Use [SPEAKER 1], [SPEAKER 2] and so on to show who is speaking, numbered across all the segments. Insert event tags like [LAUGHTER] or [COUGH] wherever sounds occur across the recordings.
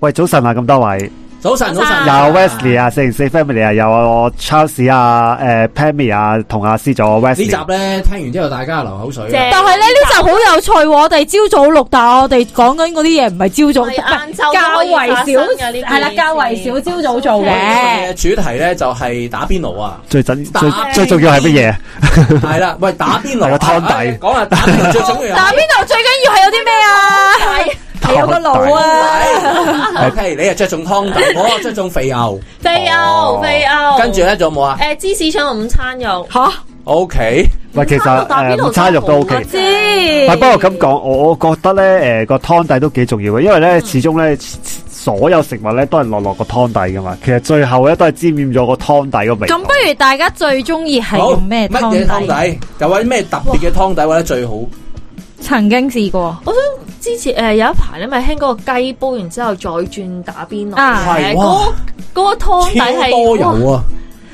[SPEAKER 1] 喂，早晨啊，咁多位，
[SPEAKER 2] 早晨，早晨，
[SPEAKER 1] 有 Wesley 啊，四零四 family 啊，有我 Charles 啊，诶 Pammy 啊，同阿師咗
[SPEAKER 2] 呢集
[SPEAKER 1] Wesley。，
[SPEAKER 2] 咧聽完之後，大家流口水啊。
[SPEAKER 3] 正
[SPEAKER 4] 但係咧呢集好有趣喎，我哋朝早錄，但係我哋講緊嗰啲嘢唔係朝早，
[SPEAKER 3] 係晏晝
[SPEAKER 4] 較
[SPEAKER 3] 都可以
[SPEAKER 4] 為
[SPEAKER 3] 發生
[SPEAKER 4] 少，
[SPEAKER 3] 嘅呢啲
[SPEAKER 4] 係啦，較為少朝早做
[SPEAKER 2] 我哋
[SPEAKER 4] 嘅。
[SPEAKER 2] 嘅主題咧就係打邊爐啊
[SPEAKER 1] [LAUGHS] 最緊
[SPEAKER 2] 打
[SPEAKER 1] 最最重要係乜嘢？
[SPEAKER 2] 係啦，喂，打邊爐啊
[SPEAKER 1] 係
[SPEAKER 2] 哎
[SPEAKER 1] 個湯底
[SPEAKER 2] 講下打邊爐最重要啊
[SPEAKER 4] 但係邊度最緊要係有啲咩啊？係有個腦啊！
[SPEAKER 2] 係哎 OK，你係着重湯底，我係着重肥牛，
[SPEAKER 3] 肥
[SPEAKER 1] 哦
[SPEAKER 3] 牛，肥牛。
[SPEAKER 2] 跟住咧仲有冇啊
[SPEAKER 3] 誒芝士腸同午餐肉，
[SPEAKER 4] 吓，
[SPEAKER 2] ？OK，
[SPEAKER 1] 喂，其實誒午餐肉都 OK。
[SPEAKER 4] 知。
[SPEAKER 1] 唔係不過咁講，我我覺得咧誒個湯底都幾重要嘅，因為
[SPEAKER 4] 嗯
[SPEAKER 1] 咧始終咧所有食物咧都係落落個湯底噶嘛，其實最後咧都係沾染咗個湯底個味道。
[SPEAKER 4] 咁不如大家最中意係
[SPEAKER 2] 好，
[SPEAKER 4] 用
[SPEAKER 2] 乜
[SPEAKER 4] 咩
[SPEAKER 2] 嘢
[SPEAKER 4] 湯底？
[SPEAKER 2] 湯底？又或者咩特別嘅湯底或者最好？
[SPEAKER 4] 曾經試過，
[SPEAKER 3] 我想之前誒有一排咧咪興嗰個雞煲，然之後再轉打邊爐
[SPEAKER 4] 啊
[SPEAKER 3] 嘅，
[SPEAKER 2] 係
[SPEAKER 3] 嗰
[SPEAKER 2] 哇
[SPEAKER 3] 嗰個湯底
[SPEAKER 2] 超
[SPEAKER 3] 係
[SPEAKER 2] 多油啊！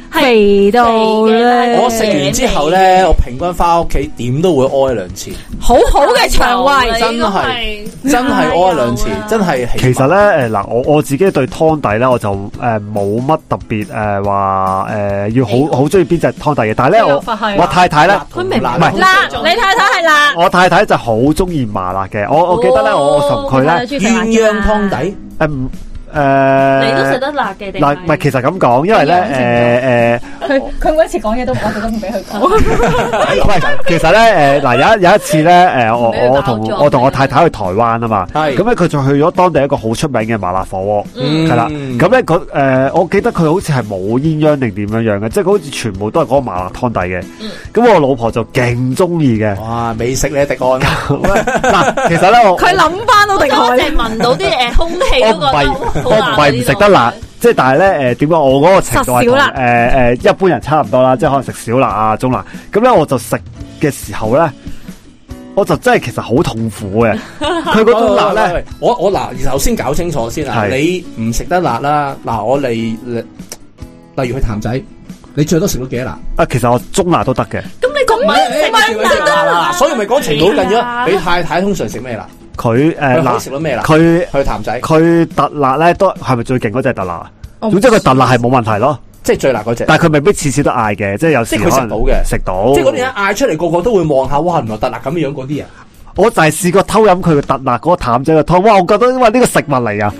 [SPEAKER 4] 肥到咧，
[SPEAKER 2] 我食完之後咧，我平均翻屋企點都會屙一兩次，
[SPEAKER 4] 好好嘅腸胃，
[SPEAKER 2] 真係真係屙一兩次
[SPEAKER 3] 有啊，
[SPEAKER 2] 真係起
[SPEAKER 1] 其
[SPEAKER 2] 碼
[SPEAKER 1] 實咧，誒嗱，我我自己對湯底咧，我就誒冇乜特別誒話誒呃要
[SPEAKER 3] 哎
[SPEAKER 1] 好好中意邊只湯底嘅，但係咧
[SPEAKER 4] 呢個
[SPEAKER 1] 我
[SPEAKER 4] 法係啊
[SPEAKER 1] 我太太咧，
[SPEAKER 2] 辣同
[SPEAKER 3] 佢明
[SPEAKER 2] 辣
[SPEAKER 1] 唔係
[SPEAKER 4] 辣，你太太係辣，
[SPEAKER 1] 我太太就好中意麻辣嘅，我我記得咧，
[SPEAKER 3] 哦
[SPEAKER 1] 我同佢咧
[SPEAKER 2] 鴛
[SPEAKER 4] 鸳
[SPEAKER 2] 鴦湯底，
[SPEAKER 1] 誒唔
[SPEAKER 3] 你都食
[SPEAKER 1] 誒。
[SPEAKER 3] 得辣嘅定係
[SPEAKER 1] 嗱，唔係，其實咁講，因為呃咧，
[SPEAKER 4] 佢佢每一次講嘢都我哋都唔俾佢講，
[SPEAKER 1] 誒
[SPEAKER 3] [LAUGHS]
[SPEAKER 1] 誒，呃喂，其實咧，誒嗱，有一有一次咧，誒
[SPEAKER 3] 唔俾
[SPEAKER 1] 我
[SPEAKER 3] 佢
[SPEAKER 1] 我
[SPEAKER 3] 包
[SPEAKER 1] 同
[SPEAKER 3] 裝
[SPEAKER 1] 我同我太太去台灣啊嘛，咁
[SPEAKER 2] 係
[SPEAKER 1] 咧佢就去咗當地一個好出名嘅麻辣火鍋。
[SPEAKER 3] 嗯
[SPEAKER 1] 系啦，
[SPEAKER 2] 嗯
[SPEAKER 1] 咁咧佢诶，我記得佢好似係冇鴛鴦定點樣樣嘅，即係佢好似全部都係嗰個麻辣湯底嘅。
[SPEAKER 2] 嗯
[SPEAKER 1] 咁我老婆就勁中意
[SPEAKER 2] [LAUGHS]
[SPEAKER 1] 嘅。
[SPEAKER 2] 哇，美食咧，迪安。
[SPEAKER 1] 嗱，其實咧我
[SPEAKER 4] 佢諗翻都定
[SPEAKER 3] 我
[SPEAKER 4] 佢
[SPEAKER 3] 淨係聞到啲誒空氣
[SPEAKER 1] 我
[SPEAKER 3] 都
[SPEAKER 1] 唔
[SPEAKER 3] 覺
[SPEAKER 1] 係
[SPEAKER 3] 得好
[SPEAKER 1] 我唔
[SPEAKER 3] 辣
[SPEAKER 1] 係唔食得
[SPEAKER 2] 啊
[SPEAKER 1] 辣，即係但係咧誒呃點講？我嗰個程度係
[SPEAKER 4] 實少
[SPEAKER 1] 同
[SPEAKER 4] 辣
[SPEAKER 1] 誒誒一般人差唔多啦，即係可能食小辣啊、中辣。咁咧我就食嘅時候咧，我就真係其實好痛苦
[SPEAKER 2] [LAUGHS]
[SPEAKER 1] 嘅。佢嗰種辣
[SPEAKER 2] 喂喂 [LAUGHS]
[SPEAKER 1] 咧，
[SPEAKER 2] 喂我我嗱，頭先搞清楚先啊！
[SPEAKER 1] 係
[SPEAKER 2] 你唔食得辣啦，嗱，我嚟例例如去譚仔，你最多食到幾多辣？
[SPEAKER 1] 啊其實我中辣都得嘅。
[SPEAKER 3] 咁你咁樣食咪唔得
[SPEAKER 2] 嗱，所以咪講程度好緊
[SPEAKER 3] 係
[SPEAKER 2] 要。
[SPEAKER 3] 啊
[SPEAKER 2] 你太太通常食咩辣？
[SPEAKER 1] 佢誒
[SPEAKER 2] 佢可以
[SPEAKER 1] 嗱
[SPEAKER 2] 食，到咩辣？
[SPEAKER 1] 佢
[SPEAKER 2] 去譚仔，
[SPEAKER 1] 佢特辣咧都係咪最勁嗰只特辣啊？
[SPEAKER 4] 我唔
[SPEAKER 1] 總之佢特辣係冇問題咯，
[SPEAKER 2] 即係最辣嗰只。
[SPEAKER 1] 但係佢未必次次都嗌嘅，即係有時
[SPEAKER 2] 即係佢
[SPEAKER 1] 可能
[SPEAKER 2] 食到嘅
[SPEAKER 1] 食到。
[SPEAKER 2] 即係嗰啊啲人嗌出嚟，個個都會望下，哇，原來特辣咁樣嗰啲人。
[SPEAKER 1] [LAUGHS] 我就係試過偷飲佢嘅特辣嗰個淡仔嘅湯，哇！我覺得哇呢個食物嚟啊，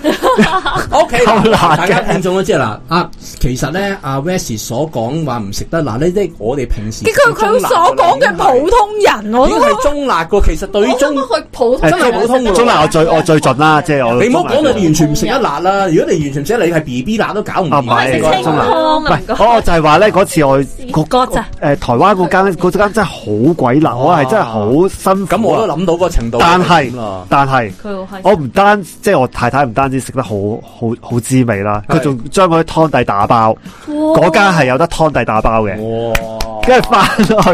[SPEAKER 2] O K，
[SPEAKER 1] 夠辣嘅
[SPEAKER 2] 大家聽眾都知啦。啊，其實咧，阿 Wes 所講話唔食得辣呢，即係我哋平時
[SPEAKER 4] 佢佢所講嘅普通人，我
[SPEAKER 2] 已經
[SPEAKER 4] 都
[SPEAKER 2] 係中辣個。其實對於
[SPEAKER 3] 我
[SPEAKER 2] 中
[SPEAKER 3] 中佢普通
[SPEAKER 1] 誒
[SPEAKER 2] 真係普通㗎喎
[SPEAKER 1] 中辣我最我最盡
[SPEAKER 2] [LAUGHS]
[SPEAKER 1] 啦，即係我
[SPEAKER 2] 你唔好講到你完
[SPEAKER 1] 唔
[SPEAKER 2] 全唔食得辣啦，如果你完全唔食得辣，你係 B B 辣都搞唔
[SPEAKER 1] 啊
[SPEAKER 2] 掂。
[SPEAKER 1] 唔係
[SPEAKER 2] 應該
[SPEAKER 1] 嗰中辣
[SPEAKER 3] 湯啊
[SPEAKER 1] 係，我哦就係話咧嗰次我嗰
[SPEAKER 4] 嗰隻
[SPEAKER 1] 誒台灣嗰間嗰間真係好鬼辣，我係真係好辛苦啊。
[SPEAKER 2] 咁我都諗到啊個程度。
[SPEAKER 1] 但係
[SPEAKER 2] 啦，
[SPEAKER 1] 但係。
[SPEAKER 3] 佢好開
[SPEAKER 1] 我
[SPEAKER 3] 心。
[SPEAKER 1] 唔單即係我太太唔單止食得好好好滋味啦，佢
[SPEAKER 2] 係
[SPEAKER 1] 仲將嗰啲湯底打包，嗰間係有得湯底打包嘅，
[SPEAKER 2] 哇！
[SPEAKER 1] 跟住翻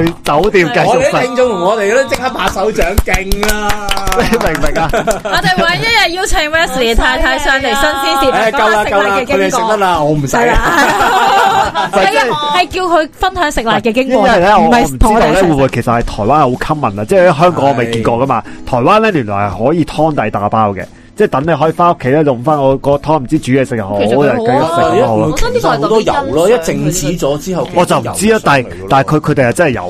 [SPEAKER 1] 去酒店繼
[SPEAKER 2] 我
[SPEAKER 1] 續
[SPEAKER 2] 哋啲
[SPEAKER 1] 食，
[SPEAKER 2] 聽眾同我哋都即刻拍手掌，勁啊！
[SPEAKER 1] [LAUGHS] 你明唔明啊？
[SPEAKER 4] 我哋揾一日邀請 Wesley 太太上嚟新鮮
[SPEAKER 1] [LAUGHS]
[SPEAKER 2] 誒，夠
[SPEAKER 4] 事，
[SPEAKER 2] 啦
[SPEAKER 1] 哎
[SPEAKER 4] 講下食
[SPEAKER 2] 夠
[SPEAKER 4] 辣
[SPEAKER 2] 啦，佢哋
[SPEAKER 4] 嘅經
[SPEAKER 2] 食得
[SPEAKER 4] 過。啊
[SPEAKER 2] 啦，我唔使
[SPEAKER 4] 係
[SPEAKER 2] 啦。
[SPEAKER 4] 啦，
[SPEAKER 1] 就即係
[SPEAKER 4] 係啊係叫佢分享食辣嘅經
[SPEAKER 1] 因
[SPEAKER 4] 過，
[SPEAKER 1] 為咧，我
[SPEAKER 4] 唔
[SPEAKER 1] 我唔
[SPEAKER 4] 係
[SPEAKER 1] 知
[SPEAKER 4] 同
[SPEAKER 1] 道
[SPEAKER 4] 我哋一
[SPEAKER 1] 咧會
[SPEAKER 4] 齊
[SPEAKER 1] 唔
[SPEAKER 4] 食。
[SPEAKER 1] 會其實係台灣係好 common 啊，即係香港我未見過噶嘛，台灣咧原來係可以湯底打包嘅，即係等你可以翻屋企咧用翻我個湯，唔知煮嘢食又好，
[SPEAKER 3] 其
[SPEAKER 1] 又繼
[SPEAKER 3] 實佢好啊
[SPEAKER 1] 續食又好
[SPEAKER 3] 我
[SPEAKER 1] 啦。
[SPEAKER 3] 覺得呢個係
[SPEAKER 2] 好多油咯，一靜止咗之後，
[SPEAKER 1] 我就唔知啊，但係但係
[SPEAKER 2] 佢
[SPEAKER 1] 佢佢哋係真係有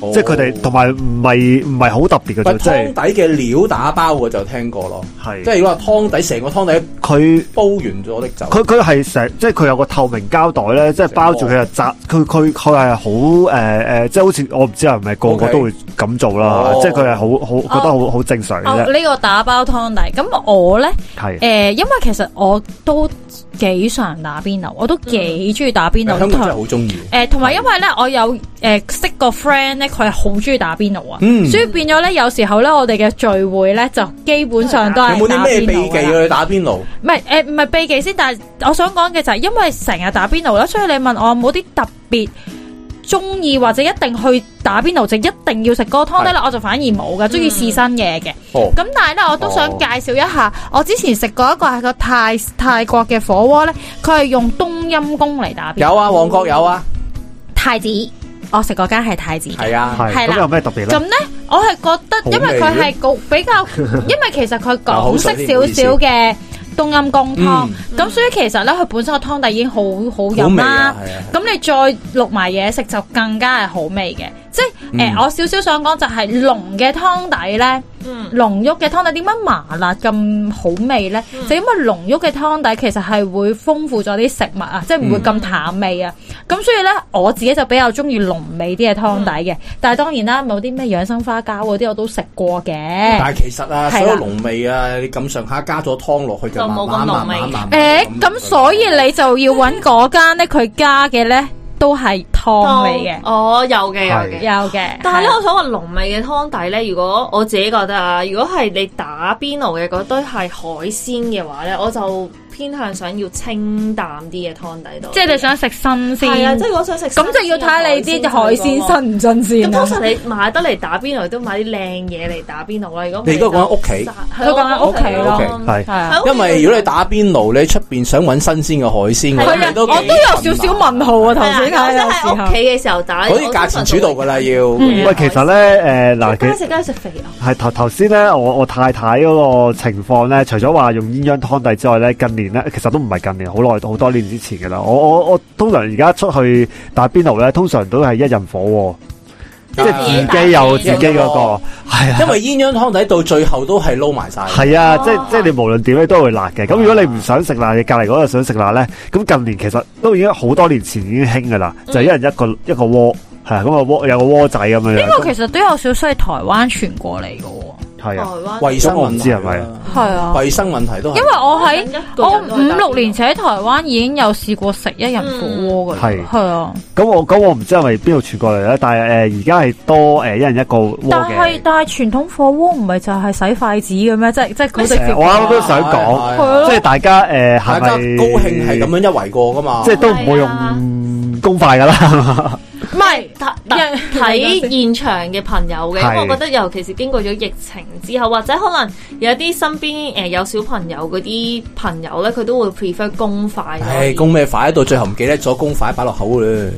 [SPEAKER 1] 喎，即係佢哋同
[SPEAKER 2] 埋
[SPEAKER 1] 埋唔係唔係好特別嘅啫，即
[SPEAKER 2] 哦
[SPEAKER 1] 係
[SPEAKER 2] 湯底嘅料打包我就聽過咯。即
[SPEAKER 1] 係
[SPEAKER 2] 係如果話湯底成個湯底
[SPEAKER 1] 佢。
[SPEAKER 2] 煲完咗的就
[SPEAKER 1] 佢佢係成即係佢有個透明膠袋咧，即係包住佢就扎佢佢佢係好誒誒，即係好似我唔知係咪個個
[SPEAKER 2] OK
[SPEAKER 1] 都會咁做啦
[SPEAKER 2] 哦
[SPEAKER 1] 即係佢係好好覺得好好正常嘅
[SPEAKER 4] 哦，嗯
[SPEAKER 1] 啫，
[SPEAKER 4] 呢個打包湯底，咁我咧。
[SPEAKER 1] 係
[SPEAKER 4] 诶、因為其實我都幾常打邊爐，我都
[SPEAKER 1] 嗯
[SPEAKER 4] 幾中意打邊
[SPEAKER 2] 香
[SPEAKER 4] 爐。
[SPEAKER 2] 港
[SPEAKER 4] 同
[SPEAKER 2] 真係好中意。
[SPEAKER 4] 诶，同埋因為咧，我有诶、識识個 friend 咧，佢係好中意打邊爐啊，
[SPEAKER 2] 嗯
[SPEAKER 4] 所以變咗咧，有時候咧，我哋嘅聚會咧就基本上都
[SPEAKER 2] 嗯有
[SPEAKER 4] 係
[SPEAKER 2] 冇啲
[SPEAKER 4] 打
[SPEAKER 2] 咩
[SPEAKER 4] 邊
[SPEAKER 2] 秘
[SPEAKER 4] 爐
[SPEAKER 2] 技啊
[SPEAKER 4] 㗎啦
[SPEAKER 2] 去打邊爐？
[SPEAKER 4] 唔係诶，誒唔係秘技先，但係我想講嘅就係因為成日打邊爐啦，所以你問我有冇啲特別中意或者一定去打邊爐就一定要食嗰個湯底啦，我就反而冇噶，中意試新嘢嘅。
[SPEAKER 2] 哦，
[SPEAKER 4] 咁但係咧，我都想介紹一下，我之前食過一個係個泰泰國嘅火鍋咧，佢係用冬陰功嚟打邊
[SPEAKER 2] 有啊，旺角有啊，
[SPEAKER 4] 太子，我食嗰間係太子。
[SPEAKER 2] 係啊，
[SPEAKER 1] 係
[SPEAKER 4] 嗯係啦
[SPEAKER 1] 咁有咩特別
[SPEAKER 4] 咁
[SPEAKER 1] 咧？
[SPEAKER 4] 咧，我
[SPEAKER 2] [LAUGHS]
[SPEAKER 4] 係覺得，因為佢係焗比較，因為其實佢港式少少嘅冬陰公湯。
[SPEAKER 2] 嗯
[SPEAKER 4] 咁、所以其實咧，佢本身個湯底已經好好飲
[SPEAKER 2] 味
[SPEAKER 4] 啦
[SPEAKER 2] 啊，。係啊
[SPEAKER 4] 咁你再淥埋嘢食就更加係好味嘅。即係誒、
[SPEAKER 2] 嗯
[SPEAKER 4] 我少少想講就係濃嘅湯底咧，
[SPEAKER 3] 嗯
[SPEAKER 4] 濃郁嘅湯底點解麻辣咁好味咧？
[SPEAKER 3] 嗯
[SPEAKER 4] 就因為濃郁嘅湯底其實係會豐富咗啲食物啊，即係
[SPEAKER 3] 嗯
[SPEAKER 4] 唔會咁淡味啊。咁、所以咧，我自己就比較中意濃味啲嘅湯
[SPEAKER 3] 嗯
[SPEAKER 4] 底嘅。但係當然啦，冇啲咩養生花膠嗰啲我都食過嘅。
[SPEAKER 2] 但係其實啊，所
[SPEAKER 4] 係
[SPEAKER 2] 有
[SPEAKER 4] 啦
[SPEAKER 2] 濃味啊，你咁上下加咗湯落去就
[SPEAKER 3] 就
[SPEAKER 2] 慢
[SPEAKER 3] 冇
[SPEAKER 2] 慢
[SPEAKER 3] 咁
[SPEAKER 2] 慢
[SPEAKER 3] 濃味
[SPEAKER 2] 慢慢。
[SPEAKER 4] 诶，咁、所以你就要揾嗰間咧，佢加嘅咧都係湯味嘅，
[SPEAKER 3] 哦，有嘅有
[SPEAKER 2] 係
[SPEAKER 3] 嘅。
[SPEAKER 4] 有嘅。
[SPEAKER 3] 但係咧，我想話濃味嘅湯底咧，如果我自己覺得啊，如果係你打邊爐嘅嗰堆係海鮮嘅話咧，我就偏向想要清淡啲嘅湯底度。
[SPEAKER 4] 即係你想食新
[SPEAKER 3] 係啊，
[SPEAKER 4] 鮮
[SPEAKER 3] 即，係我想食新鮮
[SPEAKER 4] 咁
[SPEAKER 3] 嘅
[SPEAKER 4] 就要睇下你啲海鮮啊
[SPEAKER 3] 鮮啦。
[SPEAKER 4] 新唔新
[SPEAKER 3] 咁
[SPEAKER 4] 鮮啦
[SPEAKER 3] 通。常你買得嚟打邊爐都買啲靚嘢嚟打邊爐啦。如果唔係
[SPEAKER 2] 你而家講緊屋企
[SPEAKER 3] 就
[SPEAKER 4] 佢講緊屋企
[SPEAKER 2] 屋
[SPEAKER 4] 咯，
[SPEAKER 1] 企係
[SPEAKER 4] 係啊。
[SPEAKER 3] 喺屋企
[SPEAKER 2] 因為如果你打邊爐，你出邊想揾新鮮嘅海鮮，
[SPEAKER 4] 係
[SPEAKER 2] 我
[SPEAKER 4] 啊
[SPEAKER 2] 哋，
[SPEAKER 4] 我
[SPEAKER 2] 都
[SPEAKER 4] 都
[SPEAKER 2] 幾
[SPEAKER 4] 有少少
[SPEAKER 2] 困
[SPEAKER 4] 問號啊！頭
[SPEAKER 3] 係啊
[SPEAKER 4] 先睇有
[SPEAKER 3] 我真
[SPEAKER 4] 時
[SPEAKER 3] 係喺屋企
[SPEAKER 4] 候，
[SPEAKER 3] 嘅時候打，
[SPEAKER 2] 難嗰啲價錢主導㗎啦，要
[SPEAKER 3] 嗯
[SPEAKER 1] 喂，其實咧，诶，嗱，
[SPEAKER 3] 我
[SPEAKER 1] 其
[SPEAKER 3] 通常都會。食梗係食肥牛。
[SPEAKER 1] 系頭頭先咧，我我太太嗰個情況咧，除咗話用鸳鸯湯底之外咧，近年咧其實都唔係近年，好耐好多年之前噶啦。我我我通常而家出去打邊爐咧，通常都係一人火
[SPEAKER 4] 哦
[SPEAKER 1] 鍋，即係
[SPEAKER 3] 自己
[SPEAKER 1] 自己有自己嗰、
[SPEAKER 2] 打
[SPEAKER 1] 個，係啊
[SPEAKER 2] 因為鴛鴦湯底到最後都係撈埋晒。
[SPEAKER 1] 係啊，
[SPEAKER 3] 哦
[SPEAKER 1] 即係即係你無論點咧都會辣嘅。咁如果你唔想食辣，你隔離嗰個想食辣咧，咁近年其實都已經好多年前已經興噶啦，
[SPEAKER 3] 嗯
[SPEAKER 1] 就一人一個一個鍋，係啊，咁個鍋有個鍋仔咁樣
[SPEAKER 4] 呢個
[SPEAKER 1] 樣，
[SPEAKER 4] 其實都有少少係台灣傳過嚟嘅喎，
[SPEAKER 1] 係
[SPEAKER 3] 台
[SPEAKER 1] 啊，
[SPEAKER 3] 灣
[SPEAKER 2] 衛生
[SPEAKER 1] 我
[SPEAKER 2] 問
[SPEAKER 1] 唔
[SPEAKER 2] 題
[SPEAKER 1] 知
[SPEAKER 2] 啊
[SPEAKER 1] 係咪
[SPEAKER 4] 係啊
[SPEAKER 2] 衛生問題都係
[SPEAKER 4] 因為我喺我五六年
[SPEAKER 3] 前
[SPEAKER 4] 前喺台灣已經有試過食一人火鍋㗎
[SPEAKER 1] 嗯
[SPEAKER 4] 啦，係啊。
[SPEAKER 1] 咁我咁我唔知係咪邊度傳過嚟咧，但係誒而家係多誒、呃一人一個鍋
[SPEAKER 4] 但係
[SPEAKER 1] 嘅。
[SPEAKER 4] 但係傳統火鍋唔係就係洗筷子嘅咩？即係即係佢直接
[SPEAKER 1] 我啱
[SPEAKER 3] 啊
[SPEAKER 1] 啱都想
[SPEAKER 2] 係係
[SPEAKER 1] 講，
[SPEAKER 4] 係
[SPEAKER 1] 即係大家誒係
[SPEAKER 2] 啊大
[SPEAKER 1] 咪
[SPEAKER 2] 家高興係咁樣一圍過噶嘛，
[SPEAKER 1] 即係都唔會
[SPEAKER 3] 係
[SPEAKER 1] 用公筷噶啦，
[SPEAKER 4] 唔係
[SPEAKER 3] 睇
[SPEAKER 2] [LAUGHS]
[SPEAKER 3] 睇現場嘅朋友嘅，
[SPEAKER 1] 係
[SPEAKER 3] 因為我覺得尤其是經過咗疫情之後，或者可能有啲身邊誒有小朋友嗰啲朋友咧，佢都會 prefer 公筷多
[SPEAKER 2] 唉，
[SPEAKER 3] 啲，
[SPEAKER 2] 公咩筷到最後唔記得咗，公筷擺落口咧。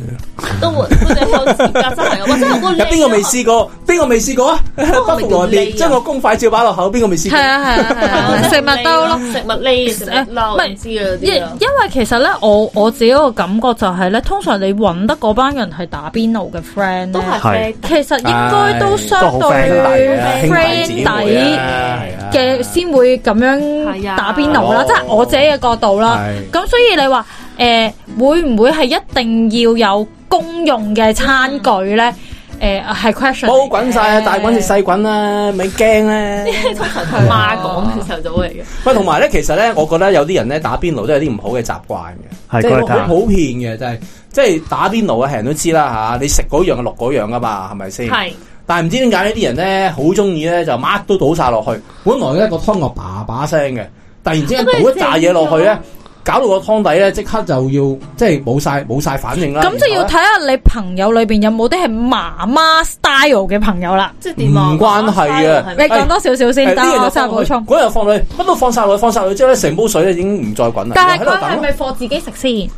[SPEAKER 3] 都會佢哋有時間真係有，或者有個
[SPEAKER 2] [LAUGHS] 有邊個未試過？邊個未試過
[SPEAKER 4] [LAUGHS]
[SPEAKER 2] 啊？不服來辯，將個公筷照擺落口，邊個未試過
[SPEAKER 4] 係？啊係啊係啊， [LAUGHS]
[SPEAKER 3] [LAUGHS]
[SPEAKER 4] 食物兜咯。
[SPEAKER 3] 食物呢食物
[SPEAKER 4] 誒唔
[SPEAKER 3] 嬲
[SPEAKER 4] 係
[SPEAKER 3] 唔知啊
[SPEAKER 4] 因
[SPEAKER 3] 啲啊
[SPEAKER 4] 因為其實咧，我我自己個感覺就係咧，通常你揾得嗰班人係打邊爐嘅 friend
[SPEAKER 3] 都
[SPEAKER 4] 咧，
[SPEAKER 3] 係
[SPEAKER 1] 係
[SPEAKER 4] [LAUGHS]
[SPEAKER 3] friend
[SPEAKER 4] 其實應該都相
[SPEAKER 1] 都好 friend
[SPEAKER 4] 對
[SPEAKER 2] 係啊兄弟
[SPEAKER 4] friend
[SPEAKER 2] 姊妹
[SPEAKER 4] 底
[SPEAKER 2] 啊係啊
[SPEAKER 4] 嘅先會咁
[SPEAKER 3] 係啊
[SPEAKER 4] 樣打邊爐啦
[SPEAKER 2] 哦，
[SPEAKER 4] 即係我自己嘅角度啦。
[SPEAKER 2] 係
[SPEAKER 4] 咁所以你話誒會唔會係一定要有公用嘅餐具咧？誒係 question
[SPEAKER 2] 嗯煲
[SPEAKER 4] 嚟嘅
[SPEAKER 2] 滾晒啊！大滾食細滾啦，咪
[SPEAKER 4] [LAUGHS]
[SPEAKER 2] 驚咧。
[SPEAKER 3] 通常佢媽講嘅時候就會嚟嘅。
[SPEAKER 2] 喂，同埋咧，其實咧，我覺得有啲人咧打邊爐都有啲唔好嘅習慣嘅，
[SPEAKER 1] 係
[SPEAKER 2] 即
[SPEAKER 1] 嗰日
[SPEAKER 2] 係
[SPEAKER 1] 睇下
[SPEAKER 2] 好普遍嘅，就係即係打邊爐啊，係人都知啦嚇，你食嗰樣就落嗰樣噶嘛，係咪先？
[SPEAKER 4] 啊
[SPEAKER 3] 係
[SPEAKER 2] 但係唔知點解呢啲人咧好中意咧就乜都倒晒落去，本來咧個湯落叭叭聲嘅，突然之間倒一扎嘢落去咧，搞到個湯底咧即刻就要即係冇晒冇晒反應啦。
[SPEAKER 4] 咁就要睇下你朋友裏邊有冇啲係媽媽 style 嘅朋友啦。
[SPEAKER 3] 即係點啊？
[SPEAKER 2] 唔關係啊
[SPEAKER 4] 你講多少少
[SPEAKER 2] 誒
[SPEAKER 4] 先，
[SPEAKER 2] 哎呢樣
[SPEAKER 4] 等我
[SPEAKER 2] 就
[SPEAKER 4] 再
[SPEAKER 2] 放落
[SPEAKER 4] 補
[SPEAKER 2] 去
[SPEAKER 4] 充。
[SPEAKER 2] 嗰日放落去，乜都放晒落去，放晒落去之後咧，成煲水咧已經唔再滾啦，
[SPEAKER 4] 但
[SPEAKER 2] 又喺
[SPEAKER 4] 係佢
[SPEAKER 2] 度等啊
[SPEAKER 4] 係
[SPEAKER 2] 咯
[SPEAKER 4] 咪貨自己食先？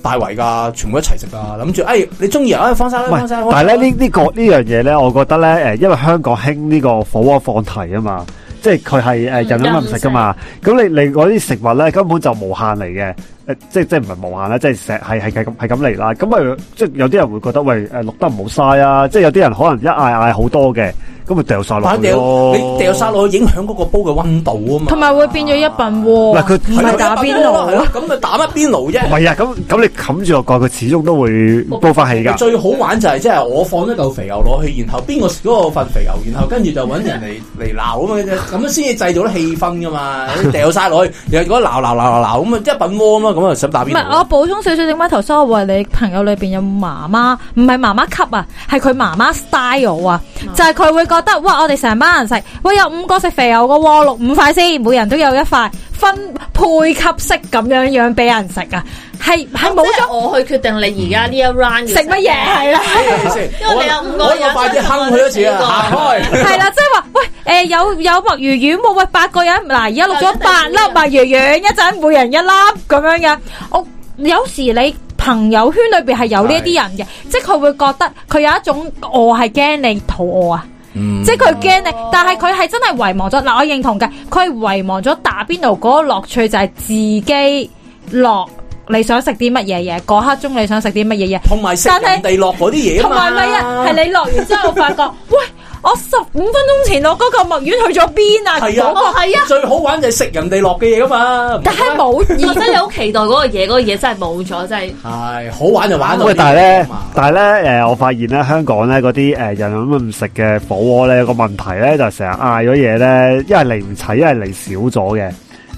[SPEAKER 2] 大圍㗎，全部一齊食㗎，諗住誒你中意啊，哎放晒啦，
[SPEAKER 1] 唔
[SPEAKER 2] 放
[SPEAKER 1] 係
[SPEAKER 2] 晒啦。。
[SPEAKER 1] 但係咧呢呢個呢樣嘢咧，我覺得咧誒，因為香港興呢個火鍋放題啊嘛，即係佢係誒人
[SPEAKER 2] 嗯
[SPEAKER 1] 飲任食噶嘛。咁你你嗰啲食物咧根本就無限嚟嘅，誒即係即係唔係無限啦，即係成係係係咁係咁嚟啦。咁咪即係有啲人會覺得喂誒錄得唔好嘥啊，即係有啲人可能一嗌嗌好多嘅，咁咪掉晒落
[SPEAKER 2] 反
[SPEAKER 1] 去
[SPEAKER 2] 掉
[SPEAKER 1] 咯。
[SPEAKER 2] 你掉晒落去，影響嗰個煲嘅温度啊嘛。
[SPEAKER 4] 同埋會變咗一笨鍋，
[SPEAKER 1] 嗱佢
[SPEAKER 4] 唔係打邊
[SPEAKER 2] 係咯
[SPEAKER 4] 爐。，
[SPEAKER 2] 咁咪打乜邊爐啫
[SPEAKER 1] 唔？係啊，咁咁你冚住落蓋，佢始終都會煲翻起㗎。
[SPEAKER 2] 最好玩就係即係我放一嚿肥牛落去，然後邊個食咗我份肥牛，然後跟住就揾人嚟嚟鬧咁樣啫，咁樣先至製造啲氣氛噶嘛。你掉晒落去，又如果鬧鬧鬧鬧鬧咁啊，即係品鍋咯，咁啊想打
[SPEAKER 4] 唔
[SPEAKER 2] 邊
[SPEAKER 4] 係，
[SPEAKER 2] 爐。
[SPEAKER 4] 我補充少少點解頭先我話你朋友裏邊有媽媽，唔係媽媽級啊，係佢媽媽 style 啊，就係佢會覺得哇，我哋成班人食，喂有五個食肥牛個喎，六五塊先，每人都有一塊，分配級式咁樣樣俾人食啊，係係冇咗
[SPEAKER 3] 我去決定你而家呢一 round
[SPEAKER 4] 食乜嘢係啦。
[SPEAKER 2] [LAUGHS] 哎先
[SPEAKER 3] 因為你有五個
[SPEAKER 2] 我
[SPEAKER 3] 人
[SPEAKER 2] 我快啲坑佢一次啊！行開。
[SPEAKER 4] 系啦，即系话喂，诶、有有墨魚丸喎，喂八個人，嗱而家錄咗八粒墨魚丸，一陣每人一粒咁樣嘅。我有時你朋友圈裏边係有呢一啲人嘅，即系佢會覺得佢有一種我係驚你肚餓啊，
[SPEAKER 2] 嗯
[SPEAKER 4] 即係佢驚你，但係佢係真係遺忘咗。嗱，我認同嘅，佢係遺忘咗打邊爐嗰個樂趣就係自己落你想食啲乜嘢嘢，嗰刻鐘你想食啲乜嘢嘢。
[SPEAKER 2] 同埋食
[SPEAKER 4] 但係
[SPEAKER 2] 人哋落嗰啲嘢啊
[SPEAKER 4] 同
[SPEAKER 2] 嘛
[SPEAKER 4] 埋咪啊，係你落完之後發覺，喂，我十五分鐘前落嗰個墨丸去咗邊啊？
[SPEAKER 2] 係啊
[SPEAKER 4] 嗰個
[SPEAKER 3] 係啊，
[SPEAKER 2] 最好玩就係食人哋落嘅嘢噶嘛，
[SPEAKER 4] 但係冇
[SPEAKER 3] [LAUGHS]
[SPEAKER 4] 意
[SPEAKER 3] 而哦真你好期待嗰個嘢，嗰個嘢真係冇咗，真係。
[SPEAKER 2] 係好玩就玩到
[SPEAKER 1] 喂，
[SPEAKER 2] 呢啲
[SPEAKER 1] 但係咧
[SPEAKER 2] 嘛，
[SPEAKER 1] 但係咧，誒，我發現咧，香港咧嗰啲誒人咁唔食嘅火鍋咧，有個問題咧就成日嗌咗嘢咧，一係嚟唔齊，一係嚟少咗嘅。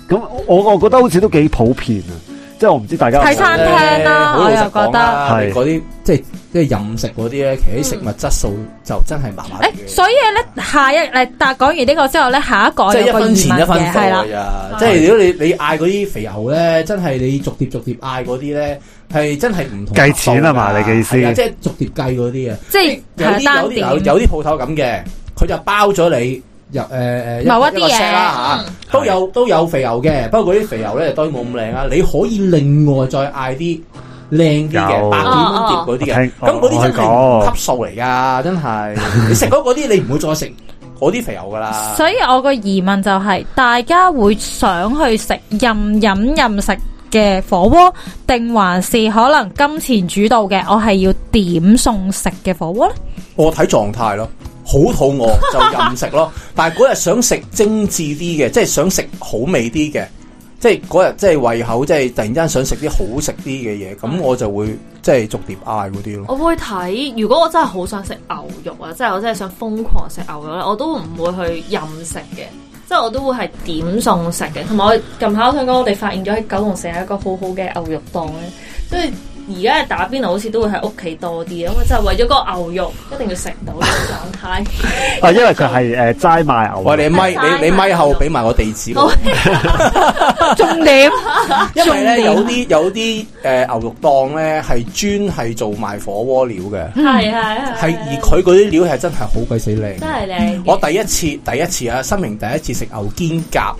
[SPEAKER 1] 咁我我覺得好似都幾普遍啊，即係我唔知大家有冇
[SPEAKER 4] 睇餐廳
[SPEAKER 2] 咧
[SPEAKER 4] 啦
[SPEAKER 2] 好老實
[SPEAKER 4] 我又覺
[SPEAKER 2] 講
[SPEAKER 4] 得
[SPEAKER 2] 啦
[SPEAKER 1] 係
[SPEAKER 2] 你嗰啲即係即係任食嗰啲咧，其實啲食物質素就真係麻麻地
[SPEAKER 4] 誒，
[SPEAKER 2] 嘅。
[SPEAKER 4] 所以咧，下一誒，但講完呢個之後咧，下一個
[SPEAKER 2] 即係
[SPEAKER 4] 有
[SPEAKER 2] 一
[SPEAKER 4] 個
[SPEAKER 2] 分
[SPEAKER 4] 疑
[SPEAKER 2] 錢一
[SPEAKER 4] 問
[SPEAKER 2] 分
[SPEAKER 4] 嘅，係啦
[SPEAKER 2] 貨，啊！即係如果你你嗌嗰啲肥牛咧，真係你逐碟逐碟嗌嗰啲咧，係真係唔同
[SPEAKER 1] 計錢啊嘛
[SPEAKER 2] 級
[SPEAKER 1] 你
[SPEAKER 2] 數㗎
[SPEAKER 1] 嘅意思
[SPEAKER 2] 係啊即係逐碟計嗰啲啊！
[SPEAKER 4] 即係
[SPEAKER 2] 有
[SPEAKER 4] 係
[SPEAKER 2] 啲有
[SPEAKER 4] 單
[SPEAKER 2] 啲有
[SPEAKER 4] 點。
[SPEAKER 2] 有啲鋪頭咁嘅，佢就包咗你入誒誒
[SPEAKER 4] 某一
[SPEAKER 2] 個
[SPEAKER 4] 啲嘢
[SPEAKER 2] set 啦嚇，都有都有肥牛嘅，不過嗰啲肥牛咧當然冇咁靚啦。你可以另外再嗌啲靚啲
[SPEAKER 1] 有
[SPEAKER 2] 嘅
[SPEAKER 1] 我聽
[SPEAKER 2] 八點碟嗰啲嘅，咁嗰啲真
[SPEAKER 1] 我
[SPEAKER 2] 係級數嚟㗎，真係你食咗嗰啲你唔會再食嗰啲肥牛㗎啦。
[SPEAKER 4] 所以我個疑問就係，大家會想去食任飲任食嘅火鍋，定還是可能金錢主導嘅？我係要點餸食嘅火鍋咧？
[SPEAKER 2] 我睇狀態咯，好肚餓就任食咯。但係嗰日想食精緻啲嘅，即係想食好味啲嘅，即係嗰日即係胃口，即係突然之間想食啲好食啲嘅嘢，咁我就會即係逐碟嗌嗰啲咯。
[SPEAKER 3] 我會睇，如果我真係好想食牛肉啊，即係我真係想瘋狂食牛肉咧，我都唔會去任食嘅，即係我都會係點餸食嘅。同埋我近排我想講，我哋發現咗喺九龍城有一個好好嘅牛肉檔咧，所以而家嘅打邊爐好似都會喺屋企多啲啊，因為就係為咗個牛肉一定要食到嘅狀態。
[SPEAKER 1] 啊，因為佢係誒齋賣牛
[SPEAKER 2] 喂，
[SPEAKER 1] 肉，
[SPEAKER 2] 你咪你你咪後俾埋我地址我，
[SPEAKER 4] 重點
[SPEAKER 2] 因為咧有啲有啲誒、呃牛肉檔咧係專係做賣火鍋料嘅， [LAUGHS]
[SPEAKER 3] 係係
[SPEAKER 2] 係而佢嗰啲料係真係好鬼死靚。
[SPEAKER 3] 真係靚嘅。
[SPEAKER 2] 我第一次第一次啊，新明第一次食牛肩胛，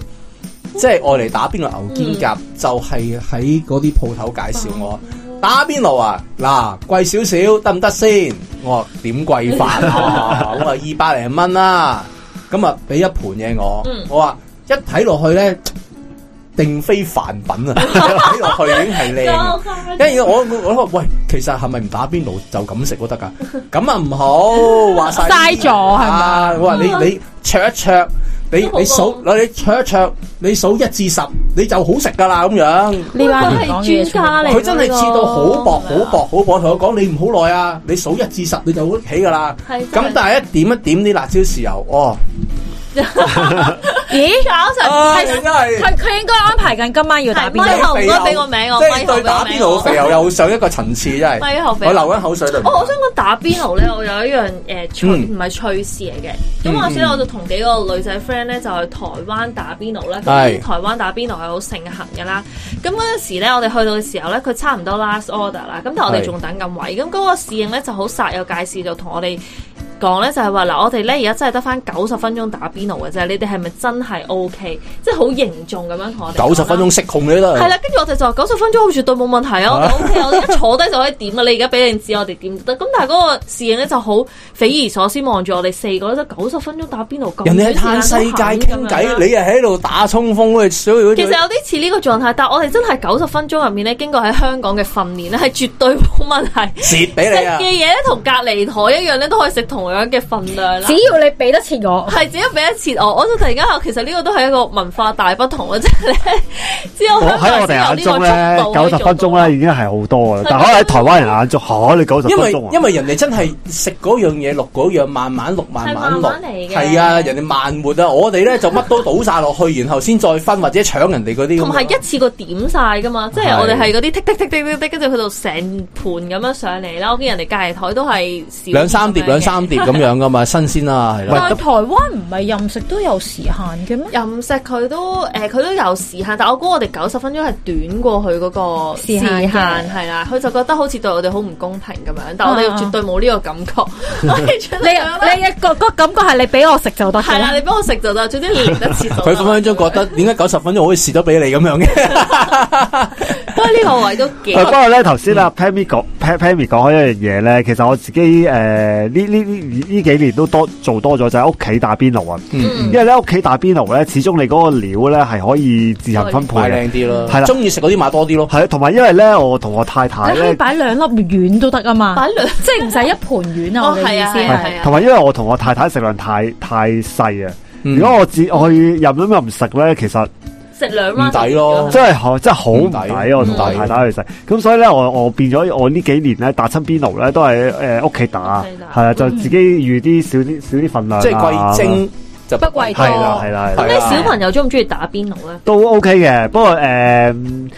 [SPEAKER 2] 即係我嚟打邊爐牛肩胛，
[SPEAKER 3] 嗯
[SPEAKER 2] 就係喺嗰啲鋪頭介紹我打邊爐啊，嗱貴少少得唔得先？我話點貴法
[SPEAKER 3] [LAUGHS]
[SPEAKER 2] 啊？我話二百零蚊啦，咁啊俾一盤嘢我
[SPEAKER 3] 嗯，
[SPEAKER 2] 我話一睇落去咧，定非凡品啊，
[SPEAKER 3] [LAUGHS]
[SPEAKER 2] 一睇落去已經係靚啊。因為我 [LAUGHS] 我我話喂，其實係咪唔打邊爐就咁食都
[SPEAKER 3] [LAUGHS]
[SPEAKER 2] 得噶？咁啊唔好話晒
[SPEAKER 4] 嘥咗係咪
[SPEAKER 2] 啊！我話你你灼一灼，你
[SPEAKER 3] 都好
[SPEAKER 2] 你數嗱你灼一灼，你數一至十，你就好食噶啦咁樣。
[SPEAKER 4] 呢班人講嘅
[SPEAKER 3] 係
[SPEAKER 4] 嘢全部
[SPEAKER 3] 專家嚟，
[SPEAKER 2] 佢真係切到好薄好薄好薄，同我講你唔好耐啊！你數一至十你就會起噶啦。
[SPEAKER 3] 係
[SPEAKER 2] 咁但係一點一點啲辣椒豉油，哦，
[SPEAKER 4] 咦？
[SPEAKER 3] 搞成
[SPEAKER 2] 啊
[SPEAKER 4] 係
[SPEAKER 2] 真係
[SPEAKER 4] 佢佢應該安排緊今晚要打邊
[SPEAKER 3] 係咪
[SPEAKER 4] 爐。
[SPEAKER 3] 後唔該俾個名我
[SPEAKER 2] 即係
[SPEAKER 3] 咪後俾
[SPEAKER 2] 對
[SPEAKER 3] 個
[SPEAKER 2] 打邊
[SPEAKER 3] 名
[SPEAKER 2] 爐
[SPEAKER 3] 我
[SPEAKER 2] 嘅肥牛又上一個層次，真係。
[SPEAKER 3] 咪後俾
[SPEAKER 2] 我
[SPEAKER 3] 個
[SPEAKER 2] 流緊口水對唔住
[SPEAKER 3] 哦，我想講打邊爐咧，我有一樣誒、呃趣
[SPEAKER 2] 嗯
[SPEAKER 3] 唔係趣事嚟嘅。咁嗰陣時咧，
[SPEAKER 2] 嗯
[SPEAKER 3] 我就同幾個女仔 friend 咧，就去台灣打邊爐啦。咁
[SPEAKER 2] 係
[SPEAKER 3] 台灣打邊爐係好盛行嘅啦。咁嗰陣時咧，我哋去到嘅時候咧，佢差唔多 last order 啦。咁但係我哋
[SPEAKER 2] 係
[SPEAKER 3] 仲等緊位。咁嗰個侍應咧就好煞有介事，就同我哋。講咧就係話嗱，我哋咧而家真係得翻九十分鐘打邊爐嘅啫，你哋係咪真係 O K？即係好凝重咁樣同我哋講啦
[SPEAKER 2] 九十分鐘食控你都得
[SPEAKER 3] 係。啦，跟住我哋就話九十分鐘好絕對冇問題啊，我哋 O K，我哋一坐低就可以點啊！你而家俾你知我哋點都得。咁但係嗰個侍應咧就好匪夷所思望住我哋四個咧，都九十分鐘打邊爐咁
[SPEAKER 2] 人哋喺
[SPEAKER 3] 短
[SPEAKER 2] 嘆世
[SPEAKER 3] 時間都肯
[SPEAKER 2] 界傾
[SPEAKER 3] 咁樣啦
[SPEAKER 2] 偈，你又喺度打衝鋒，你少少
[SPEAKER 3] 其實有啲似呢個狀態，但係我哋真係九十分鐘入面咧，經過喺香港嘅訓練咧，係絕對冇問題。
[SPEAKER 2] 蝕
[SPEAKER 3] 食
[SPEAKER 2] 俾你
[SPEAKER 3] 嘅
[SPEAKER 2] 啊！
[SPEAKER 3] 嘢咧同隔離台一樣咧，都可以食同樣嘅份量啦。
[SPEAKER 4] 只要你俾得切我，
[SPEAKER 3] 係只要俾一次哦我，我就突然間話，其實呢個都係一個文化大不同啊！即係咧，只有
[SPEAKER 1] 我
[SPEAKER 3] 香港
[SPEAKER 1] 喺我哋
[SPEAKER 3] 人
[SPEAKER 1] 眼
[SPEAKER 3] 先有
[SPEAKER 1] 中
[SPEAKER 3] 呢
[SPEAKER 1] 咧
[SPEAKER 3] 個速度可
[SPEAKER 1] 九
[SPEAKER 3] 以
[SPEAKER 1] 十
[SPEAKER 3] 做到
[SPEAKER 1] 分鐘咧已經係好多啦，但可能喺台灣人眼中，嚇你九十
[SPEAKER 2] 因
[SPEAKER 1] 分
[SPEAKER 2] 為
[SPEAKER 1] 鐘
[SPEAKER 2] 因
[SPEAKER 1] 啊，
[SPEAKER 2] 為人哋真係食嗰樣嘢，錄嗰樣，慢慢錄，慢慢
[SPEAKER 3] 係
[SPEAKER 2] 錄
[SPEAKER 3] 慢慢嚟，嘅
[SPEAKER 2] 係啊，人哋慢活啊，我哋咧就乜都倒晒落去，然後先再分或者搶人哋嗰啲咁樣。
[SPEAKER 3] 同埋一次過點晒噶嘛，即係
[SPEAKER 2] 係
[SPEAKER 3] 我哋係嗰啲剔剔剔剔剔剔，跟住去到成盤咁樣上嚟啦。我見人哋隔離台都係少
[SPEAKER 2] 兩三碟
[SPEAKER 3] 咁樣嘅
[SPEAKER 2] 兩三碟咁樣噶
[SPEAKER 3] [LAUGHS]
[SPEAKER 2] 嘛，新鮮啦，係啦。
[SPEAKER 4] 但係台灣唔係任食都有時限嘅咩？
[SPEAKER 3] 任食佢都誒，佢、都有時限，但我估我哋九十分鐘係短過佢嗰個
[SPEAKER 4] 時限嘅
[SPEAKER 3] 係啦。佢就覺得好似對我哋好唔公平咁樣，但我哋
[SPEAKER 4] 啊
[SPEAKER 3] 絕對冇呢個感 [LAUGHS] 覺。我哋絕
[SPEAKER 4] 你
[SPEAKER 3] 對覺得
[SPEAKER 4] 你一個個感覺係你俾我食就得
[SPEAKER 3] 啊係
[SPEAKER 4] 㗎
[SPEAKER 3] 啦，
[SPEAKER 4] 啦。
[SPEAKER 3] 你幫我食就得，總之你嚟得切就得 [LAUGHS]
[SPEAKER 2] 佢分分鐘覺得點解九十分鐘我可以蝕咗俾你咁樣嘅？
[SPEAKER 3] 不過呢個位都幾
[SPEAKER 1] 呃誒不過咧，頭先啦 Pammy 講 Pa- Pammy 講開一樣嘢咧，其實我自己誒呢呢呢呢幾年都多做多咗，就係屋企打邊爐啊。因
[SPEAKER 2] 嗯，
[SPEAKER 1] 為咧屋企打邊爐咧，始終你嗰個料咧係可以自行分配
[SPEAKER 2] 買
[SPEAKER 1] 嘅，
[SPEAKER 2] 靚啲咯，
[SPEAKER 1] 係啦
[SPEAKER 2] 中意食嗰啲買多啲咯。
[SPEAKER 1] 係啊，同埋因為咧我同我太太
[SPEAKER 4] 你可以
[SPEAKER 1] 咧，
[SPEAKER 4] 擺兩粒丸都得噶嘛，
[SPEAKER 3] 擺兩
[SPEAKER 4] 即係唔使一盤丸啊！
[SPEAKER 3] 哦
[SPEAKER 4] 我嘅
[SPEAKER 3] 係
[SPEAKER 4] 意
[SPEAKER 3] 啊
[SPEAKER 4] 思
[SPEAKER 3] 係啊
[SPEAKER 4] 係
[SPEAKER 3] 係啊
[SPEAKER 1] 同埋因為我同我太太食量太太細啊。
[SPEAKER 2] 嗯
[SPEAKER 1] 如果我自我去任飲又唔食咧，其實
[SPEAKER 3] 食兩蚊
[SPEAKER 2] 唔抵
[SPEAKER 3] 啊
[SPEAKER 2] 咯
[SPEAKER 1] 真係好真係好唔
[SPEAKER 2] 唔
[SPEAKER 1] 抵，啊
[SPEAKER 2] 抵
[SPEAKER 1] 我同我太太去食。咁所以咧，我我變咗我呢幾年咧打親邊爐咧都係誒屋企打
[SPEAKER 3] 屋企，打
[SPEAKER 1] 係啊，就自己預啲少啲少啲份量啊，
[SPEAKER 2] 即係貴精就
[SPEAKER 4] 不貴多
[SPEAKER 1] 係啦係啦係啦
[SPEAKER 3] 咁。
[SPEAKER 2] 啊
[SPEAKER 3] 你小朋友中唔中意打邊爐咧？
[SPEAKER 1] 都 OK 嘅，不過誒誒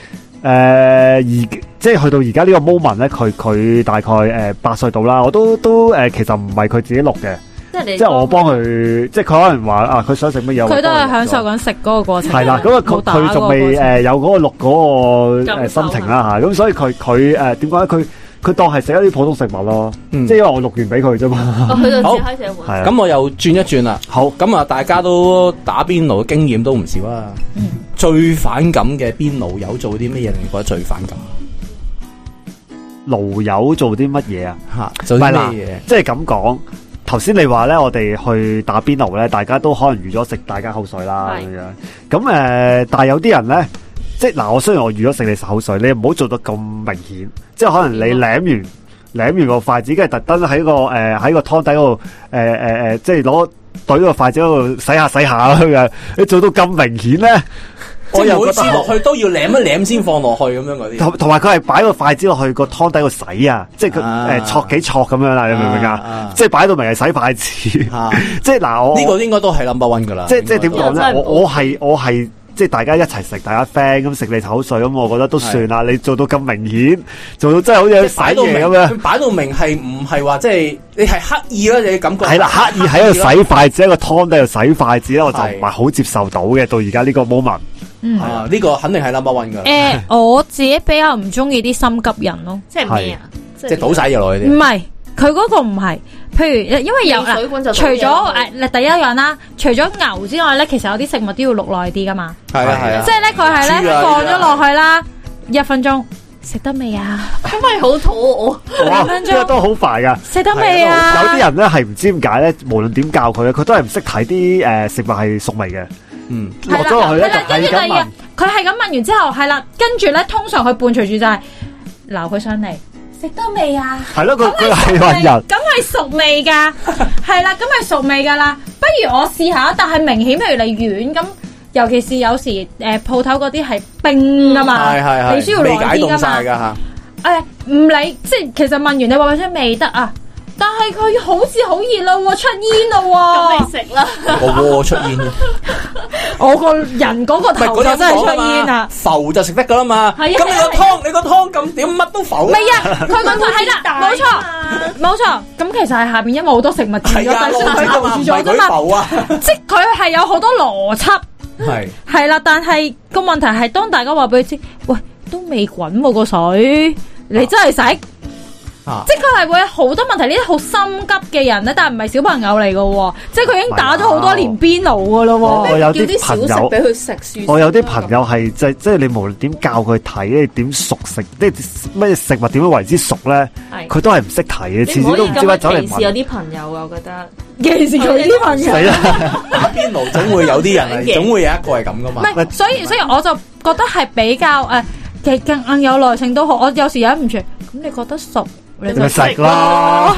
[SPEAKER 1] 而即係去到而家呢個 moment 咧，佢佢大概誒八歲到啦，我都都誒、呃其實唔係佢自己錄嘅，
[SPEAKER 3] 即係你
[SPEAKER 1] 即係我幫佢，即係佢可能話啊佢想食乜嘢，
[SPEAKER 4] 佢都係享受緊食嗰個過程。
[SPEAKER 1] 係啦，咁啊
[SPEAKER 4] 冇
[SPEAKER 1] 佢
[SPEAKER 4] 打嗰個
[SPEAKER 1] 佢仲未
[SPEAKER 4] 過程
[SPEAKER 1] 誒有嗰個錄嗰個誒
[SPEAKER 3] 感受
[SPEAKER 1] 心情啦嚇，咁所以佢佢誒點講咧？佢佢當係食一啲普通食物咯，
[SPEAKER 2] 嗯
[SPEAKER 1] 即係因為我錄完俾佢啫嘛，
[SPEAKER 3] 哦佢就
[SPEAKER 2] 好
[SPEAKER 3] 自己開社會。
[SPEAKER 1] 係啊，
[SPEAKER 2] 咁我又轉一轉啦。
[SPEAKER 1] 好
[SPEAKER 2] 咁啊，大家都打邊爐嘅經驗都唔少啊。
[SPEAKER 4] 嗯
[SPEAKER 2] 最反感嘅邊爐友做啲乜嘢令你覺得最反感？
[SPEAKER 1] 爐友做啲乜嘢啊？
[SPEAKER 2] 吓，做
[SPEAKER 1] 唔係
[SPEAKER 2] 啲
[SPEAKER 1] 啦
[SPEAKER 2] 咩嘢？
[SPEAKER 1] 即係咁講，頭先你話咧，我哋去打邊爐咧，大家都可能預咗食大家口水啦
[SPEAKER 3] 係
[SPEAKER 1] 咁樣。咁誒、呃但係有啲人咧，即係嗱，我雖然我預咗食你口水，你唔好做到咁明顯，即係可能你舐完。舐完個筷子，跟住特登喺個誒喺、個湯底嗰度誒誒誒，即係攞懟個筷子嗰度洗下洗下咁樣，你做到咁明顯咧，
[SPEAKER 2] 我
[SPEAKER 1] 我
[SPEAKER 2] 又
[SPEAKER 1] 又
[SPEAKER 2] 每
[SPEAKER 1] 覺
[SPEAKER 2] 次
[SPEAKER 1] 得哦
[SPEAKER 2] 落去都要舐一舐先放落去咁樣嗰啲。
[SPEAKER 1] 同同埋佢係擺個筷子落去個湯底度洗啊，即係
[SPEAKER 2] 啊
[SPEAKER 1] 佢誒戳幾戳咁樣啦，你明唔明
[SPEAKER 2] 啊
[SPEAKER 1] 啊
[SPEAKER 2] 啊？
[SPEAKER 1] 即係擺到明係洗筷子。
[SPEAKER 2] 吓，
[SPEAKER 1] [LAUGHS] 即係嗱，我
[SPEAKER 2] 呢個應該都係 number one 噶啦。
[SPEAKER 1] 即係即係點
[SPEAKER 2] 應該都
[SPEAKER 1] 講
[SPEAKER 3] 真係
[SPEAKER 1] 咧？
[SPEAKER 3] 唔
[SPEAKER 1] 我我係我係即係大家一齊食，大家 friend 咁食你口水咁，我覺得都算啦。你做到咁明顯，做到真係好似
[SPEAKER 2] 即係擺
[SPEAKER 1] 洗
[SPEAKER 2] 到
[SPEAKER 1] 嘢
[SPEAKER 2] 明
[SPEAKER 1] 咁樣，
[SPEAKER 2] 擺到明係唔係話即係你係刻意啦？你感覺
[SPEAKER 1] 係啦，刻意喺
[SPEAKER 2] 啦
[SPEAKER 1] 度洗筷子，喺個湯底度洗筷子咧，我就
[SPEAKER 2] 係
[SPEAKER 1] 唔係好接受到嘅。到而家呢個 moment，
[SPEAKER 4] 嗯
[SPEAKER 2] 啊！呢個肯定係 number one 噶啦，
[SPEAKER 4] 誒，我自己比較唔中意啲心急人咯，
[SPEAKER 3] 即係咩啊？即
[SPEAKER 2] 即係倒晒嘢落去
[SPEAKER 4] 唔
[SPEAKER 1] 嗯
[SPEAKER 2] 啲。
[SPEAKER 4] 係佢嗰個唔係，譬如因為有
[SPEAKER 3] 汽水罐就倒
[SPEAKER 4] 除
[SPEAKER 3] 嘢
[SPEAKER 4] 咗
[SPEAKER 3] 落去
[SPEAKER 4] 誒嗱第一樣啦，除咗牛之外咧，其實有啲食物都要錄耐啲噶嘛，
[SPEAKER 2] 係啊係啊
[SPEAKER 4] 即，係咧佢係咧
[SPEAKER 2] 豬啊
[SPEAKER 4] 放咗落去啦，一分鐘食得未啊？
[SPEAKER 3] 咁咪好肚
[SPEAKER 1] 哇，
[SPEAKER 4] 兩分鐘
[SPEAKER 1] 呢個都好煩噶。
[SPEAKER 4] 食得未
[SPEAKER 1] 有
[SPEAKER 4] 啊？
[SPEAKER 1] 啲人咧係唔知點解咧，無論點教佢咧，佢都係唔識睇啲誒食物係熟味嘅，
[SPEAKER 2] 嗯，
[SPEAKER 1] 落咗落去咧就
[SPEAKER 4] 係啦跟
[SPEAKER 1] 係
[SPEAKER 4] 住第二
[SPEAKER 1] 咁聞
[SPEAKER 4] 日。，佢係咁問完之後，係啦，跟住咧通常佢伴隨住就係留佢上嚟，食得未啊？
[SPEAKER 1] 係咯，佢佢係
[SPEAKER 4] 係
[SPEAKER 1] 揾人。
[SPEAKER 4] 咁係熟味 [LAUGHS] 噶，係啦，咁係熟味噶啦。不如我試下，但係明顯，譬如你丸咁，尤其是有時誒鋪頭嗰啲係冰噶嘛，
[SPEAKER 2] 係係係，
[SPEAKER 4] 你需要
[SPEAKER 2] 未
[SPEAKER 4] 耐
[SPEAKER 2] 解
[SPEAKER 4] 啲
[SPEAKER 2] 凍
[SPEAKER 4] 噶
[SPEAKER 2] 晒
[SPEAKER 4] 嘛。
[SPEAKER 2] 噶吓。
[SPEAKER 4] 誒哎唔理，即係其實問完你話俾佢聽未得啊，但係佢好似好熱啦喎，出煙啦
[SPEAKER 3] 餓，咁
[SPEAKER 4] 喎，
[SPEAKER 3] 你食啦。
[SPEAKER 2] 個鍋出現嘅，唔
[SPEAKER 4] 我個人嗰個
[SPEAKER 2] 係
[SPEAKER 4] 頭
[SPEAKER 2] 嗰
[SPEAKER 4] 就
[SPEAKER 2] 啲
[SPEAKER 4] 真係出煙
[SPEAKER 2] 啊！
[SPEAKER 4] 啦。
[SPEAKER 2] 浮就食得噶啦嘛，咁
[SPEAKER 4] 係
[SPEAKER 2] 你
[SPEAKER 4] 啊
[SPEAKER 2] 個湯，你個湯咁點乜都浮
[SPEAKER 4] 唔
[SPEAKER 2] 啦。
[SPEAKER 4] 係啊，佢
[SPEAKER 3] [LAUGHS]
[SPEAKER 4] 嗰個係啦，冇錯，冇錯。咁其實係下邊因為好多食物住咗，
[SPEAKER 2] 係
[SPEAKER 4] [LAUGHS]
[SPEAKER 2] 啊，
[SPEAKER 4] 但
[SPEAKER 2] 落
[SPEAKER 4] 係佢
[SPEAKER 2] 喺度唔
[SPEAKER 4] 留住咗
[SPEAKER 2] 係
[SPEAKER 4] 啫
[SPEAKER 2] 佢
[SPEAKER 4] 嘛，
[SPEAKER 2] 浮啊，
[SPEAKER 4] 即係佢係有好多邏輯。
[SPEAKER 2] 係
[SPEAKER 4] 系啦，但系個問題係，當大家話俾佢知，喂，都未滾喎個水，你真係食，
[SPEAKER 2] 啊
[SPEAKER 4] 即。係佢係會有好多問題。呢啲好心急嘅人咧，但係唔係小朋友嚟嘅喎，即係佢已經打咗好多年邊爐嘅咯
[SPEAKER 1] 哦我有
[SPEAKER 3] 叫啲
[SPEAKER 1] 啲
[SPEAKER 3] 小
[SPEAKER 1] 朋
[SPEAKER 3] 食
[SPEAKER 1] 友
[SPEAKER 3] 俾佢食
[SPEAKER 1] 我有啲朋友係即係即係你無論點教佢睇，你點熟食，即係乜嘢食物點樣為之熟咧，
[SPEAKER 3] 係
[SPEAKER 1] 佢都係唔識睇嘅，
[SPEAKER 3] 你
[SPEAKER 1] 次
[SPEAKER 3] 唔
[SPEAKER 1] 次
[SPEAKER 3] 可以
[SPEAKER 1] 都唔知點解
[SPEAKER 3] 咁
[SPEAKER 1] 走
[SPEAKER 3] 樣
[SPEAKER 1] 嚟
[SPEAKER 3] 歧視有
[SPEAKER 1] 問。
[SPEAKER 3] 啲朋友啊，我覺得
[SPEAKER 4] 喎，尤其是佢啲朋
[SPEAKER 1] 死
[SPEAKER 4] 友。
[SPEAKER 1] 啦！
[SPEAKER 2] 打邊爐總會有啲
[SPEAKER 4] [LAUGHS]
[SPEAKER 2] 人啊係，總會有一個係咁噶
[SPEAKER 4] 唔
[SPEAKER 2] 嘛。
[SPEAKER 4] 係，所以所以我就覺得係比較誒，其實更更有耐性都好。我有時忍唔住，咁你覺得熟，你
[SPEAKER 1] 你 [LAUGHS]
[SPEAKER 4] 就
[SPEAKER 1] 咪食啦，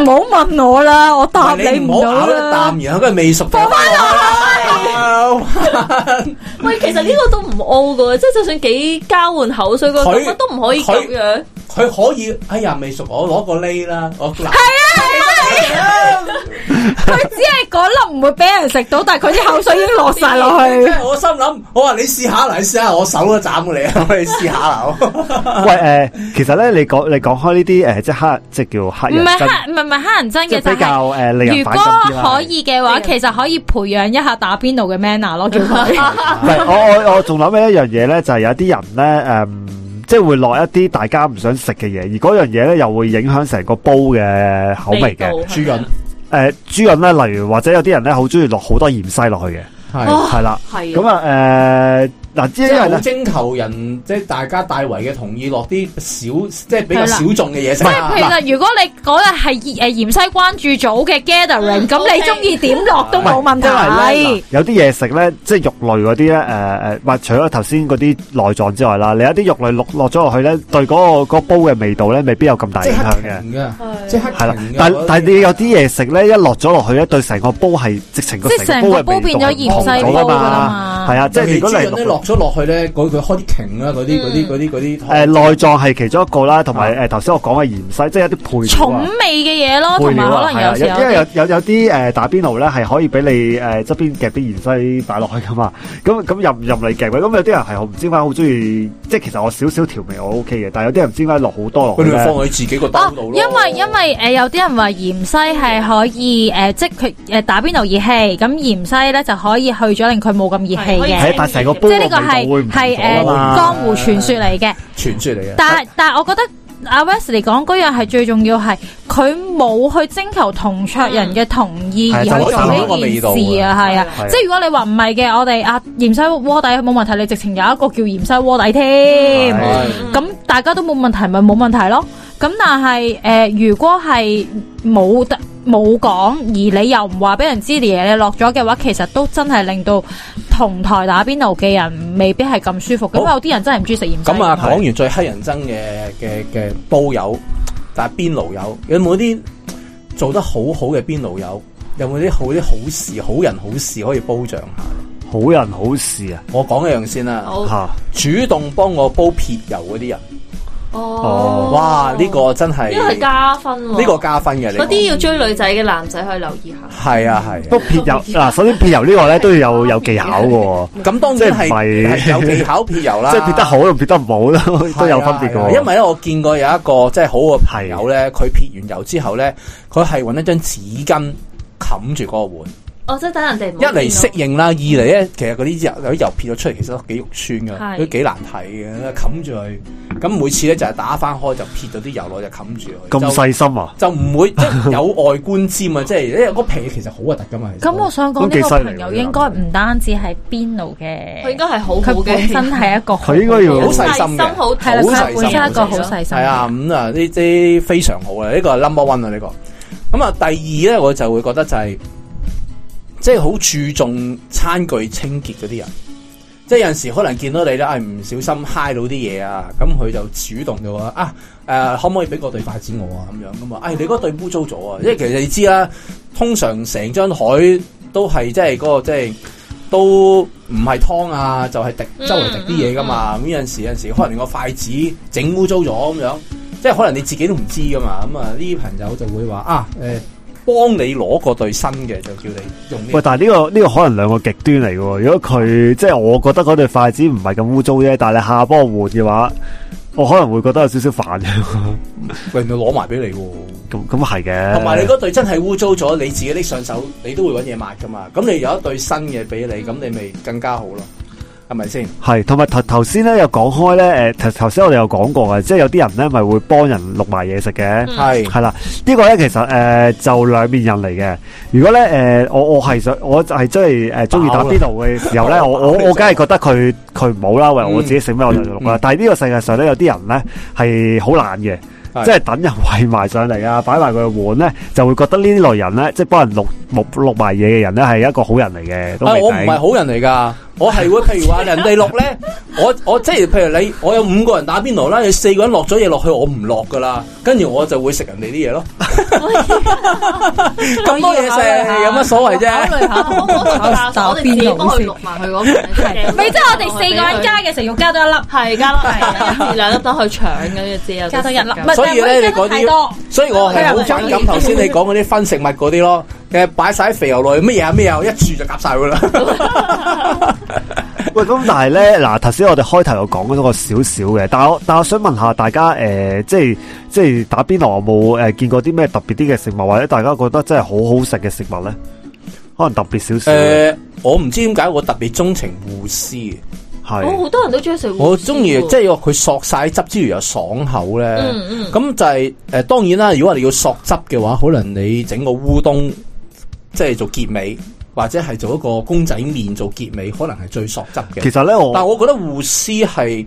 [SPEAKER 4] 唔好問我啦，我答
[SPEAKER 2] 但係
[SPEAKER 4] 你
[SPEAKER 2] 你唔
[SPEAKER 4] 唔
[SPEAKER 2] 好
[SPEAKER 4] 到
[SPEAKER 2] 咬一
[SPEAKER 4] 啦。
[SPEAKER 2] 啖，然後佢未熟
[SPEAKER 4] 放返
[SPEAKER 2] 落
[SPEAKER 3] 喂，其實呢個都唔 O 噶，即係就算幾交換口水嗰個
[SPEAKER 2] 佢
[SPEAKER 3] 感覺都唔可以咁樣。
[SPEAKER 2] [LAUGHS] 佢可以，哎呀未熟，我攞個呢啦，我嗱係啊
[SPEAKER 4] 啊佢只係嗰粒唔會俾人食到，但係佢啲口水已經落晒落去
[SPEAKER 2] 即。係我心諗，我話你試下嗱，你試下，我手都斬過你啊，你試下啦。
[SPEAKER 1] 喂誒，其實咧，你講你講開呢啲誒，即係黑，即係叫黑
[SPEAKER 4] 唔
[SPEAKER 1] 人
[SPEAKER 4] 係
[SPEAKER 1] 憎，
[SPEAKER 4] 黑，唔係唔係黑人憎
[SPEAKER 1] 即
[SPEAKER 4] 嘅，
[SPEAKER 1] 係
[SPEAKER 4] 就
[SPEAKER 1] 比較
[SPEAKER 4] 係
[SPEAKER 1] 誒令
[SPEAKER 4] 如
[SPEAKER 1] 人
[SPEAKER 4] 果
[SPEAKER 1] 反感啲啦。
[SPEAKER 4] 可以嘅話，
[SPEAKER 3] 令
[SPEAKER 4] 其實可以培養一下打邊爐嘅 manner 咯，叫佢。
[SPEAKER 1] 唔係，我我我仲諗起一樣嘢咧，就係有啲人咧，誒、即係會落一啲大家唔想食嘅嘢，而嗰樣嘢咧又會影響成個煲嘅口味嘅。誒、
[SPEAKER 2] 主人
[SPEAKER 1] 豬潤咧，例如或者有啲人咧好中意落好多芫茜落去嘅，
[SPEAKER 2] 係
[SPEAKER 3] 哦
[SPEAKER 1] 係啦。
[SPEAKER 3] 係啊
[SPEAKER 1] 咁啊誒，嗱，即
[SPEAKER 2] 即係
[SPEAKER 1] 係
[SPEAKER 2] 好
[SPEAKER 1] 咧。
[SPEAKER 2] 徵求人，即係大家大圍嘅同意落啲小，即係比較
[SPEAKER 4] 係啦
[SPEAKER 2] 小眾嘅嘢食
[SPEAKER 4] 即係
[SPEAKER 2] 啦。
[SPEAKER 4] 譬如如果你嗰日係诶芫西關注組嘅 gathering，
[SPEAKER 3] 嗯
[SPEAKER 4] 咁你
[SPEAKER 3] OK
[SPEAKER 4] 中意點落都
[SPEAKER 1] 唔係
[SPEAKER 4] 冇問
[SPEAKER 1] 因為
[SPEAKER 4] 題
[SPEAKER 1] 呢。有啲嘢食咧，即係肉類嗰啲呃咧，誒、誒，或除咗頭先嗰啲內臟之外啦，你有啲肉類落落咗落去咧，對嗰、個嗰煲嘅味道咧，未必有咁大
[SPEAKER 2] 即
[SPEAKER 1] 影響
[SPEAKER 2] 刻
[SPEAKER 1] 嘅。
[SPEAKER 2] 停嘅，
[SPEAKER 3] 係
[SPEAKER 2] 即刻
[SPEAKER 1] 啊係啦
[SPEAKER 2] 停嘅，
[SPEAKER 1] 但
[SPEAKER 2] 嗰
[SPEAKER 1] 但你有啲嘢食咧，一落咗落去咧，對成個煲係直成個
[SPEAKER 4] 即係
[SPEAKER 1] 成
[SPEAKER 4] 成
[SPEAKER 1] 個
[SPEAKER 4] 個
[SPEAKER 1] 煲
[SPEAKER 4] 煲
[SPEAKER 1] 嘅味道
[SPEAKER 4] 變
[SPEAKER 1] 係
[SPEAKER 4] 咗
[SPEAKER 1] 唔同咗
[SPEAKER 4] 芫茜煲
[SPEAKER 1] 㗎
[SPEAKER 4] 㗎啦嘛
[SPEAKER 1] 係啊，即係如果
[SPEAKER 2] 尤
[SPEAKER 1] 你
[SPEAKER 2] 其是豬潤咧落咗落去咧，嗰佢開啲瓊啦，嗰啲嗰啲
[SPEAKER 3] 嗯
[SPEAKER 2] 嗰啲嗰啲湯。
[SPEAKER 1] 誒內臟係其中一個啦，同埋
[SPEAKER 2] 啊
[SPEAKER 1] 誒頭先我講嘅芫茜，即係一啲配料
[SPEAKER 4] 重
[SPEAKER 1] 啊。
[SPEAKER 4] 味嘅嘢咯，
[SPEAKER 1] 配
[SPEAKER 4] 同埋
[SPEAKER 1] 料啊，
[SPEAKER 4] 可能
[SPEAKER 1] 係
[SPEAKER 4] 有
[SPEAKER 1] 啊，
[SPEAKER 4] 時有
[SPEAKER 1] 因為
[SPEAKER 4] 啲
[SPEAKER 1] 有有有啲誒打邊爐咧係可以俾你誒側邊夾啲芫茜擺落去噶嘛，咁咁任任你夾嘅，咁有啲人係唔知點解好中意，即係其實我少少調味我 OK 嘅，但係有啲人唔知點解落好多落去啊
[SPEAKER 2] 佢哋
[SPEAKER 1] 咧
[SPEAKER 2] 咪放，喺自己個兜
[SPEAKER 4] 哦，
[SPEAKER 2] 度咯。
[SPEAKER 4] 因為因為誒、呃有啲人話芫茜係可以誒、呃即係佢誒打邊爐熱氣，咁芫茜咧就可以去咗令佢冇咁熱氣
[SPEAKER 3] 係可以
[SPEAKER 4] 嘅
[SPEAKER 1] 係，但係成個煲
[SPEAKER 4] 即
[SPEAKER 1] 個味
[SPEAKER 4] 係呢個
[SPEAKER 1] 道會唔
[SPEAKER 4] 係
[SPEAKER 1] 同
[SPEAKER 4] 係
[SPEAKER 1] 咗啊
[SPEAKER 4] 誒
[SPEAKER 1] 嘛
[SPEAKER 4] 江湖傳說嚟嘅。
[SPEAKER 2] 傳出嚟嘅。
[SPEAKER 4] [LAUGHS] 但係但係我覺得阿 West 嚟講嗰樣係最重要係佢冇去徵求同桌人嘅同意
[SPEAKER 1] 嗯
[SPEAKER 4] 而去
[SPEAKER 1] 係就
[SPEAKER 4] 做
[SPEAKER 1] 係
[SPEAKER 4] 呢件事啊，係啊。
[SPEAKER 1] 係啊
[SPEAKER 4] 即係如果你話唔係嘅，我哋啊芫茜鍋底冇問題，你直情有一個叫芫茜鍋底添。
[SPEAKER 1] 係
[SPEAKER 2] 係
[SPEAKER 3] Ừ.
[SPEAKER 4] 咁大家都冇問題，咪冇問題咯。咁但係誒、呃如果係冇得冇講，而你又唔話俾人知啲嘢你落咗嘅話，其實都真係令到同台打邊爐嘅人未必係咁舒服。咁
[SPEAKER 2] 好
[SPEAKER 4] 有啲人真係唔中意食鹽
[SPEAKER 2] 咁啊，講完最乞人憎嘅嘅嘅煲友，但係邊爐友有冇啲做得好好嘅邊爐友？有冇啲好啲好事、好人好事可以褒獎下？
[SPEAKER 1] 好人好事啊
[SPEAKER 2] 我講一樣先啦，
[SPEAKER 3] 好
[SPEAKER 1] 嚇，
[SPEAKER 2] 主動幫我煲撇油嗰啲人，
[SPEAKER 1] 哦
[SPEAKER 3] 哦，
[SPEAKER 2] 哇！呢、個真係
[SPEAKER 3] 呢個
[SPEAKER 1] 啊
[SPEAKER 3] 係加分喎，
[SPEAKER 2] 呢個加分嘅，呢個
[SPEAKER 3] 嗰啲要追女仔嘅男仔可以留意下。
[SPEAKER 2] 係啊係啊。
[SPEAKER 1] 不過撇油嗱，首先撇油呢個咧都要有有技巧嘅
[SPEAKER 2] [LAUGHS]
[SPEAKER 1] 喎，
[SPEAKER 2] 咁當然係
[SPEAKER 1] 即係唔係
[SPEAKER 2] 係有技巧撇油啦，
[SPEAKER 1] [LAUGHS] 即係撇得好同撇得唔好都 [LAUGHS] 都有分別嘅
[SPEAKER 2] 係啊係啊
[SPEAKER 1] 喎。
[SPEAKER 2] 因為咧，我見過有一個即係好嘅朋友咧，佢撇完油之後咧，佢係揾一張紙巾冚住嗰個碗，
[SPEAKER 3] 哦，即係等人哋唔好
[SPEAKER 2] 一嚟
[SPEAKER 1] 啊
[SPEAKER 3] 見到
[SPEAKER 2] 適應啦，二嚟咧，其實嗰啲油有啲油撇咗出嚟，其實都幾肉酸嘅，
[SPEAKER 4] 係
[SPEAKER 2] 都幾難睇嘅，啊冚住佢。咁每次咧就係打翻開就撇咗啲油落，就冚住佢。
[SPEAKER 1] 咁
[SPEAKER 2] 就
[SPEAKER 1] 細心啊！
[SPEAKER 2] 就唔會即係有外觀尖啊！即係因為嗰皮其實好核突噶嘛。其實
[SPEAKER 4] 咁我想講
[SPEAKER 1] 都幾
[SPEAKER 4] 呢個
[SPEAKER 1] 犀利
[SPEAKER 4] 朋友
[SPEAKER 1] 喎
[SPEAKER 4] 應該唔單止係邊爐嘅，
[SPEAKER 3] 佢應該係好好
[SPEAKER 4] 佢本
[SPEAKER 3] 嘅，
[SPEAKER 4] 身係一個好
[SPEAKER 1] 佢應該要
[SPEAKER 2] 好細心嘅
[SPEAKER 3] 好
[SPEAKER 4] 係啦，
[SPEAKER 2] 好
[SPEAKER 4] 佢
[SPEAKER 2] 細
[SPEAKER 4] 本
[SPEAKER 2] 心
[SPEAKER 4] 身一個好
[SPEAKER 3] 細
[SPEAKER 4] 細心
[SPEAKER 2] 係啊，
[SPEAKER 4] 嘅。
[SPEAKER 2] 咁啊呢啲非常好啊，呢個係 number one 啊呢個。咁啊，第二咧我就會覺得就係、即係好注重餐具清潔嗰啲人，即係有陣時可能見到你咧，唉唔小心揩到啲嘢啊，咁佢就主動就話啊誒、可唔可以俾個對筷子我啊咁樣咁啊，唉、你嗰對污糟咗啊，因為其實你知啦，通常成張台都係即係嗰、個即係。都唔係湯啊，就係、滴周圍滴啲嘢噶嘛。咁、有陣時有陣時可能連個筷子整污糟咗咁樣，即係可能你自己都唔知噶嘛。咁啊呢啲朋友就會話啊誒、幫你攞個對新嘅，就叫你用呢
[SPEAKER 1] 喂，但係呢、個呢、個可能兩個極端嚟嘅喎。如果佢即係我覺得嗰對筷子唔係咁污糟啫，但係你下幫我換嘅話，我可能會覺得有少少煩嘅。 [LAUGHS]
[SPEAKER 2] 喂，咪攞埋俾你喎。
[SPEAKER 1] 咁咁係嘅。
[SPEAKER 2] 同埋你嗰對真係污糟咗，你自己拎上手，你都會揾嘢抹噶嘛。咁你有一對新嘅俾你，咁你咪更加好咯，係咪先？
[SPEAKER 1] 係，同埋頭頭先咧又講開咧，誒、頭頭先我哋有講過嘅，即係有啲人咧咪會幫人錄埋嘢食嘅。
[SPEAKER 3] 嗯
[SPEAKER 2] 係
[SPEAKER 1] 係啦，呢、個咧其實誒、就兩面人嚟嘅。如果咧誒、我我係想我係真係誒中意
[SPEAKER 2] 啊
[SPEAKER 1] 打邊爐嘅時候咧，我我我梗係覺得佢佢唔好啦，
[SPEAKER 2] 嗯
[SPEAKER 1] 喂我自己食咩我就錄啦。但係呢個世界上咧有啲人咧係好懶嘅。即係等人喂埋上嚟
[SPEAKER 2] [LAUGHS]
[SPEAKER 1] 啊，擺埋佢嘅碗咧，就會覺得呢啲類人咧，即係幫人錄錄錄埋嘢嘅人咧，係一個好人嚟嘅，都
[SPEAKER 2] 啊！
[SPEAKER 1] 未
[SPEAKER 2] 我唔
[SPEAKER 1] 定
[SPEAKER 2] 係好人嚟噶，我係
[SPEAKER 1] [LAUGHS]
[SPEAKER 2] 會譬如話人哋落咧，我我即係譬如你，我有五個人打邊爐啦，有四個人落咗嘢落去，我唔落噶啦，跟住我就會食人哋
[SPEAKER 4] [LAUGHS]
[SPEAKER 2] 啲嘢咯。咁多嘢
[SPEAKER 3] 啊
[SPEAKER 2] 食有乜所謂啫？
[SPEAKER 3] [LAUGHS] 我我
[SPEAKER 4] 啊考慮下打
[SPEAKER 3] 我哋自己
[SPEAKER 4] 邊
[SPEAKER 3] 幫
[SPEAKER 4] 爐
[SPEAKER 3] 佢
[SPEAKER 4] 先
[SPEAKER 3] 錄埋佢嗰份，
[SPEAKER 4] 咪即係我哋四個人加嘅食肉加多一粒，啊
[SPEAKER 3] [LAUGHS] 係啊加粒，係一至兩粒等佢搶，跟住之後
[SPEAKER 4] 加多一粒，唔
[SPEAKER 3] 唔
[SPEAKER 4] 係
[SPEAKER 2] 所以咧
[SPEAKER 4] 但係
[SPEAKER 2] 你嗰啲
[SPEAKER 4] 太多。
[SPEAKER 2] 所以我係好反感頭先你講嗰啲分食物嗰啲咯，嘅擺晒喺肥油內，乜嘢啊乜嘢啊，一住就夾晒
[SPEAKER 4] [LAUGHS]
[SPEAKER 2] 佢啦。
[SPEAKER 1] 喂，咁但係咧，嗱，頭先我哋開頭又講咗個少少嘅，但係我但係我想問下大家，誒、呃即係即係打邊爐有冇誒、呃見過啲咩特別啲嘅食物，或者大家覺得真係好好食嘅食物咧？可能特別少少嘅，
[SPEAKER 2] 誒，我唔知點解我特別鍾情護絲，
[SPEAKER 3] 我
[SPEAKER 1] 係
[SPEAKER 3] 好多人都中意食，
[SPEAKER 2] 我中意即係佢索晒汁之餘又爽口咧。
[SPEAKER 3] 嗯嗯
[SPEAKER 2] 咁就係、呃當然啦，如果我哋要索汁嘅話，可能你整個烏冬即係做結尾，或者係做一個公仔面做結尾，可能係最索汁嘅
[SPEAKER 1] 其。實咧我
[SPEAKER 2] 但我覺得護絲係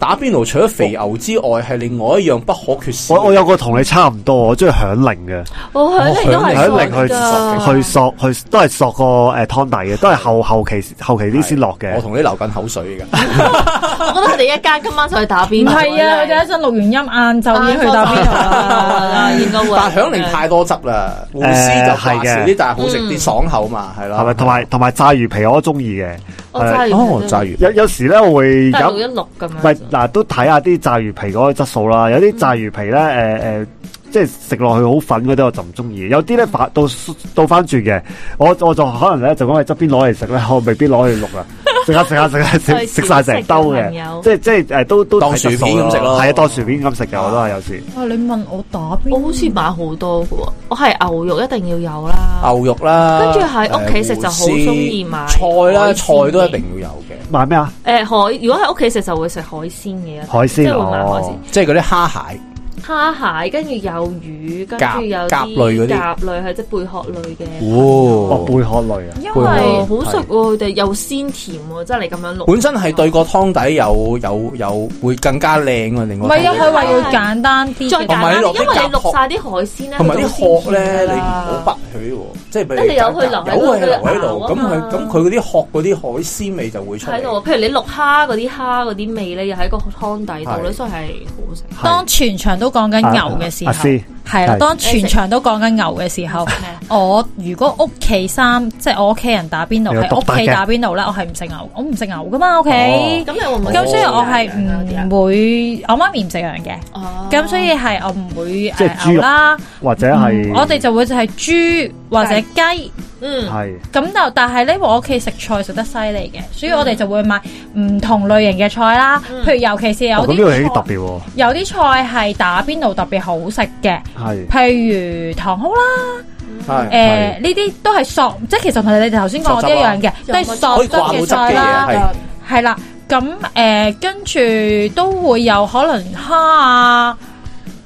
[SPEAKER 2] 打邊爐除咗肥牛之外，係另外一樣不可缺少。
[SPEAKER 1] 我我有個同你差唔多，我中意響鈴嘅，
[SPEAKER 3] 我響鈴都係
[SPEAKER 1] 響
[SPEAKER 3] 索
[SPEAKER 1] 鈴去
[SPEAKER 3] 㗎
[SPEAKER 1] 去索去都係索個誒湯底嘅，都係後後期後期啲先落
[SPEAKER 2] 我
[SPEAKER 1] 嘅。
[SPEAKER 2] 同你流緊口水
[SPEAKER 3] 啊
[SPEAKER 2] 㗎。
[SPEAKER 3] 我覺得佢哋一間今晚上去打邊
[SPEAKER 4] 唔
[SPEAKER 3] 爐
[SPEAKER 4] 係啊，佢哋一陣錄完音，晏晝已經去打邊爐啦。
[SPEAKER 3] 啊 [LAUGHS] 應該會。
[SPEAKER 2] 但響鈴太多汁啦，護絲就話少啲，但係好食啲，
[SPEAKER 3] 嗯
[SPEAKER 2] 爽口嘛，係啦。
[SPEAKER 1] 係咪？同埋同埋炸魚皮我都中意嘅。
[SPEAKER 3] 我真係
[SPEAKER 2] 哦，炸魚
[SPEAKER 1] 有有時咧我會
[SPEAKER 3] 都係六一
[SPEAKER 1] 有
[SPEAKER 3] 六咁
[SPEAKER 1] 唔
[SPEAKER 3] 樣。
[SPEAKER 1] 係嗱，都睇下啲炸魚皮嗰個質素啦。有啲炸魚皮咧
[SPEAKER 4] 嗯
[SPEAKER 1] 誒誒，即係食落去好粉嗰啲我就唔中意。有啲咧反倒倒翻轉嘅，我我就可能咧就講喺側邊攞嚟食咧， [LAUGHS] 我未必攞去淥
[SPEAKER 4] [LAUGHS]
[SPEAKER 1] 啊。食下食下食下食食晒成兜嘅，即係即係誒都都
[SPEAKER 2] 當
[SPEAKER 1] 睇質素
[SPEAKER 2] 薯片咁食咯
[SPEAKER 1] 係啊當薯片咁食嘅我都係有時。
[SPEAKER 4] 哇！你問我打邊
[SPEAKER 3] 我
[SPEAKER 4] 爐，
[SPEAKER 3] 好似買好多嘅喎，我係牛肉一定要有啦。
[SPEAKER 2] 牛肉啦，
[SPEAKER 3] 跟住喺屋企食就好
[SPEAKER 2] 誒
[SPEAKER 3] 鍾意買
[SPEAKER 2] 菜啦，
[SPEAKER 3] 海鮮
[SPEAKER 2] 菜都一定要有嘅，
[SPEAKER 1] 買咩啊？
[SPEAKER 3] 誒海，如果喺屋企食就會食海鮮嘅，
[SPEAKER 1] 海鮮
[SPEAKER 3] 即係會買海
[SPEAKER 1] 哦
[SPEAKER 3] 鮮，
[SPEAKER 2] 即係嗰啲蝦蟹。
[SPEAKER 3] 蝦蟹，跟住有魚，跟
[SPEAKER 2] 甲
[SPEAKER 3] 住有啲
[SPEAKER 2] 甲類嗰啲
[SPEAKER 3] 甲類係即係貝殼類嘅。
[SPEAKER 1] 哦貝殼類啊，
[SPEAKER 4] 因
[SPEAKER 2] 背
[SPEAKER 3] 係
[SPEAKER 4] 為
[SPEAKER 2] 後
[SPEAKER 3] 好食喎，佢哋又鮮甜喎，即係你咁樣淥。
[SPEAKER 2] 本身係對個湯底有有有會更加靚啊，另
[SPEAKER 4] 唔
[SPEAKER 2] 外
[SPEAKER 4] 係啊，佢話要
[SPEAKER 3] 係
[SPEAKER 4] 簡單啲嘅，
[SPEAKER 3] 再簡
[SPEAKER 2] 同埋
[SPEAKER 3] 單
[SPEAKER 2] 你落
[SPEAKER 3] 啲，
[SPEAKER 2] 啲
[SPEAKER 3] 因為你
[SPEAKER 2] 甲殼
[SPEAKER 3] 淥晒啲海鮮咧，
[SPEAKER 2] 同埋啲殼咧，
[SPEAKER 3] 佢就
[SPEAKER 2] 你唔
[SPEAKER 3] 好鮮㗎啦啊
[SPEAKER 2] 好不許喎，即係譬如
[SPEAKER 3] 即係你有佢留喺度
[SPEAKER 2] 有佢留喺度，
[SPEAKER 3] 佢
[SPEAKER 2] 咁
[SPEAKER 3] 就咬啊嘛
[SPEAKER 2] 佢咁佢嗰啲殼嗰啲海鮮味就會出
[SPEAKER 3] 喺度
[SPEAKER 2] 嚟。，
[SPEAKER 3] 譬如你淥蝦嗰啲蝦嗰啲味咧，又喺個湯底度咧，
[SPEAKER 2] 係
[SPEAKER 3] 所以係好食。
[SPEAKER 1] 係
[SPEAKER 4] 當全場都講緊牛嘅時
[SPEAKER 1] 阿師
[SPEAKER 4] 候，係啦，
[SPEAKER 1] 係
[SPEAKER 4] 當全場都講緊牛嘅時候，我如果屋企三即係我屋企人打邊爐，
[SPEAKER 1] 你有
[SPEAKER 4] 喺
[SPEAKER 1] 獨
[SPEAKER 4] 屋
[SPEAKER 1] 特
[SPEAKER 4] 企
[SPEAKER 1] 嘅
[SPEAKER 4] 打邊爐咧，我係唔食牛，我唔食牛噶嘛屋企。
[SPEAKER 1] 哦
[SPEAKER 3] 咁你會唔會
[SPEAKER 4] 咁所以我係
[SPEAKER 3] 係
[SPEAKER 4] 唔會，我媽咪唔食羊嘅，
[SPEAKER 3] 唔
[SPEAKER 4] 咁所以係我唔會
[SPEAKER 1] 即係
[SPEAKER 4] 誒
[SPEAKER 1] 豬
[SPEAKER 4] 牛
[SPEAKER 1] 肉
[SPEAKER 4] 啦，嗯
[SPEAKER 1] 或者係
[SPEAKER 4] 我哋就會就係豬或者雞。
[SPEAKER 3] 嗯
[SPEAKER 1] 係
[SPEAKER 4] 咁就但係呢，我屋企食菜食得犀利嘅，所以我哋就會買唔同類型嘅菜啦。
[SPEAKER 3] 嗯
[SPEAKER 4] 譬如尤其是有
[SPEAKER 1] 哦咁呢個有啲
[SPEAKER 4] 啲菜
[SPEAKER 1] 特別喎，
[SPEAKER 4] 有啲菜係打邊爐特別好食嘅，
[SPEAKER 1] 係
[SPEAKER 4] 譬如糖蒿啦，
[SPEAKER 2] 係
[SPEAKER 4] 誒呢啲都係索，即係其實同你哋頭先講嗰啲一樣
[SPEAKER 3] 啊
[SPEAKER 4] 嘅，都係索汁嘅菜啦，係啦。咁誒跟住都會有可能蝦啊、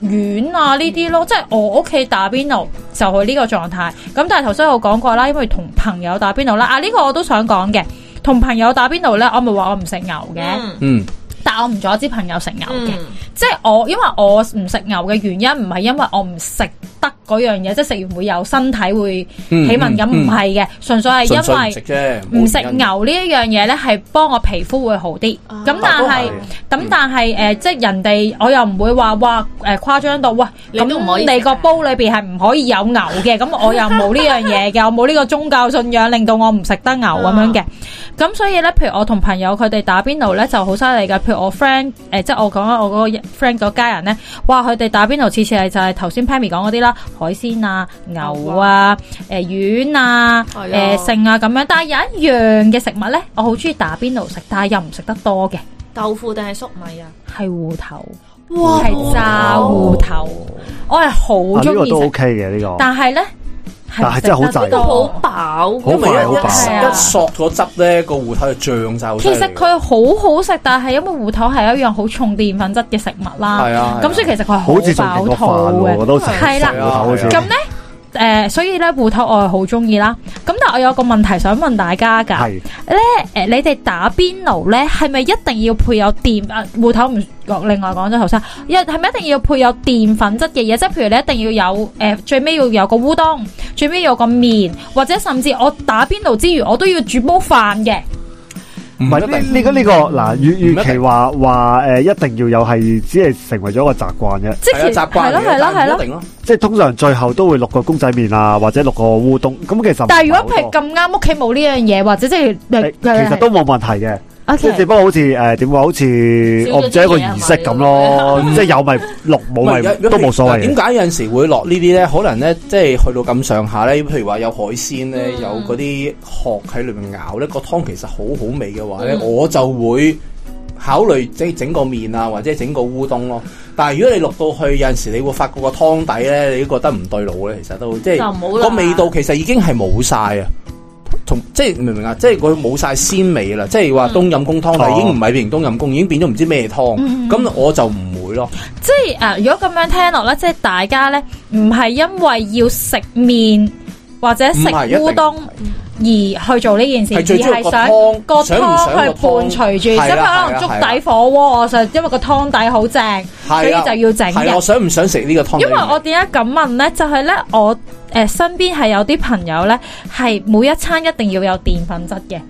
[SPEAKER 4] 丸啊呢啲咯，即係我屋企打邊爐就係呢個狀態。咁但係頭先我講過啦，因為同朋友打邊爐啦，啊呢個我都想講嘅。同朋友打邊爐咧，我咪話我唔食牛嘅，
[SPEAKER 3] 嗯
[SPEAKER 2] 嗯，
[SPEAKER 4] 但我唔阻止朋友食牛嘅。
[SPEAKER 3] 嗯
[SPEAKER 4] 即係我，因為我唔食牛嘅原因，唔係因為我唔食得嗰樣嘢，即係食完會有身體會
[SPEAKER 2] 嗯
[SPEAKER 4] 起敏感，
[SPEAKER 2] 嗯
[SPEAKER 4] 唔係嘅，純粹係
[SPEAKER 2] 純粹唔食
[SPEAKER 4] 因為
[SPEAKER 2] 啫，
[SPEAKER 4] 唔食
[SPEAKER 2] 冇原因。
[SPEAKER 4] 牛呢一樣嘢咧，係幫我皮膚會好啲。
[SPEAKER 3] 啊
[SPEAKER 4] 咁但係，咁但係誒，即係人哋我又唔會話哇誒誇張到哇，
[SPEAKER 3] 你都唔可以食啊
[SPEAKER 4] 咁你個煲裏邊係唔可以有牛嘅，咁我又冇呢樣
[SPEAKER 3] [LAUGHS]
[SPEAKER 4] 嘢嘅，我冇呢個宗教信仰令到我唔食得牛咁
[SPEAKER 3] 啊
[SPEAKER 4] 樣嘅。咁所以咧，譬如我同朋友佢哋打邊爐咧就好犀利㗎。譬如我 friend 誒、即係我講緊我嗰個 friend 嗰家人咧，哇！佢哋打邊爐次次係就係頭先 Pammy 講嗰啲啦，海鮮啊、牛啊、誒、丸啊、
[SPEAKER 3] 係啊
[SPEAKER 4] 誒、剩啊咁樣。但係有一樣嘅食物咧，我好中意打邊爐食，但係又唔食得多嘅，
[SPEAKER 3] 豆腐定係粟米啊？
[SPEAKER 4] 係芋頭，
[SPEAKER 3] 哇
[SPEAKER 4] 係炸芋頭，我係
[SPEAKER 1] 啊
[SPEAKER 4] 好
[SPEAKER 1] 呢
[SPEAKER 4] 中
[SPEAKER 1] 個
[SPEAKER 4] 意
[SPEAKER 1] 都
[SPEAKER 4] 食，
[SPEAKER 1] OK 嘅呢個，
[SPEAKER 4] 但係咧係
[SPEAKER 1] 但係真係好滯
[SPEAKER 4] 食得
[SPEAKER 3] 都
[SPEAKER 4] 多
[SPEAKER 3] 好飽
[SPEAKER 1] 好
[SPEAKER 2] 因為
[SPEAKER 1] 快好
[SPEAKER 4] 飽
[SPEAKER 2] 一一索咗汁咧，個芋頭就漲就好犀
[SPEAKER 4] 其
[SPEAKER 2] 利。
[SPEAKER 4] 實佢好好食，但係因為芋頭係一樣好重澱粉質嘅食物啦，
[SPEAKER 2] 係啊係啊
[SPEAKER 4] 咁所以其實佢係
[SPEAKER 1] 好似仲
[SPEAKER 4] 飽
[SPEAKER 1] 勁過
[SPEAKER 4] 肚
[SPEAKER 1] 飯喎，我
[SPEAKER 4] 嘅。
[SPEAKER 1] 都食
[SPEAKER 4] 係啦
[SPEAKER 1] 食過頭好似
[SPEAKER 4] 咁咧，誒、所以咧芋頭我係好中意啦。咁但係我有個問題想問大家㗎，
[SPEAKER 1] 係
[SPEAKER 4] 咧誒、你哋打邊爐咧係咪一定要配有澱啊芋頭唔講另外講咗頭先，一係咪一定要配有澱粉質嘅嘢？即係譬如你一定要有誒、最尾要有個烏冬，最尾要有個麵，或者甚至我打邊爐之餘，我都要煮煲飯嘅。
[SPEAKER 2] 唔
[SPEAKER 1] 唔
[SPEAKER 2] 係
[SPEAKER 1] 係
[SPEAKER 2] 一
[SPEAKER 1] 呢
[SPEAKER 2] 定
[SPEAKER 1] 呢個呢個嗱，與
[SPEAKER 2] 唔一
[SPEAKER 1] 與
[SPEAKER 2] 定
[SPEAKER 1] 其話話誒一定要有係，只係成為咗一個習慣啫。
[SPEAKER 4] 即
[SPEAKER 2] 係啊習
[SPEAKER 4] 係係
[SPEAKER 2] 慣
[SPEAKER 4] 咯係咯係
[SPEAKER 2] 咯
[SPEAKER 4] 咯
[SPEAKER 2] 一。定咯。
[SPEAKER 1] 即係通常最後都會落個公仔麵啊，或者落個烏冬。咁其實唔
[SPEAKER 4] 但係如
[SPEAKER 1] 係好
[SPEAKER 4] 果
[SPEAKER 1] 多
[SPEAKER 4] 譬如咁啱屋企冇呢樣嘢，或者即係呃
[SPEAKER 1] 誒其實都冇問題嘅。即係只
[SPEAKER 4] OK，
[SPEAKER 1] 不過好似誒點講，好似
[SPEAKER 3] 少咗啲
[SPEAKER 1] 我唔知一個儀式咁咯， [LAUGHS] 即係有咪錄，冇咪
[SPEAKER 2] 係有
[SPEAKER 1] 都冇所謂
[SPEAKER 2] 點
[SPEAKER 1] 嘅。
[SPEAKER 2] 解有陣時會落呢啲咧？可能咧，即係去到咁上下咧，譬如話有海鮮咧，
[SPEAKER 3] 嗯
[SPEAKER 2] 有嗰啲殼喺裏面咬咧，個湯其實好好味嘅話咧，
[SPEAKER 3] 嗯
[SPEAKER 2] 我就會考慮即係整個麵啊，或者整個烏冬咯。但係如果你落到去有陣時，你會發覺個湯底咧，你都覺得唔對路咧，其實都即
[SPEAKER 3] 就
[SPEAKER 2] 係
[SPEAKER 3] 唔好
[SPEAKER 2] 個
[SPEAKER 3] 啦
[SPEAKER 2] 味道其實已經係冇晒啊。同即係明唔明啊？即係佢冇晒鮮味啦，即係
[SPEAKER 3] 嗯
[SPEAKER 2] 話冬陰功湯，但係已經唔係變成冬陰功，已經變咗唔知咩湯。
[SPEAKER 4] 嗯嗯
[SPEAKER 2] 咁、我就唔會咯。
[SPEAKER 4] 即係誒，如果咁樣聽落咧，即係大家咧唔係因為要食麵或者食
[SPEAKER 2] 唔係一定
[SPEAKER 4] 烏冬而去做呢件事，
[SPEAKER 2] 係最主要
[SPEAKER 4] 而係想
[SPEAKER 2] 個
[SPEAKER 4] 個
[SPEAKER 2] 湯想唔
[SPEAKER 4] 湯
[SPEAKER 2] 想個
[SPEAKER 4] 去伴隨住，即
[SPEAKER 2] 湯
[SPEAKER 4] 係
[SPEAKER 2] 係啦
[SPEAKER 4] 可能
[SPEAKER 2] 係啦
[SPEAKER 4] 粥
[SPEAKER 2] 係啦
[SPEAKER 4] 底火鍋，我就因為個湯底好正，所以
[SPEAKER 2] 係啊
[SPEAKER 4] 就要整
[SPEAKER 2] 係啊
[SPEAKER 4] 嘅
[SPEAKER 2] 我。想唔想食呢個湯底
[SPEAKER 4] 因
[SPEAKER 2] 麵？
[SPEAKER 4] 為我點解咁問咧，就係咧我誒、呃身邊係有啲朋友咧，係每一餐一定要有澱粉質嘅。
[SPEAKER 2] 嗯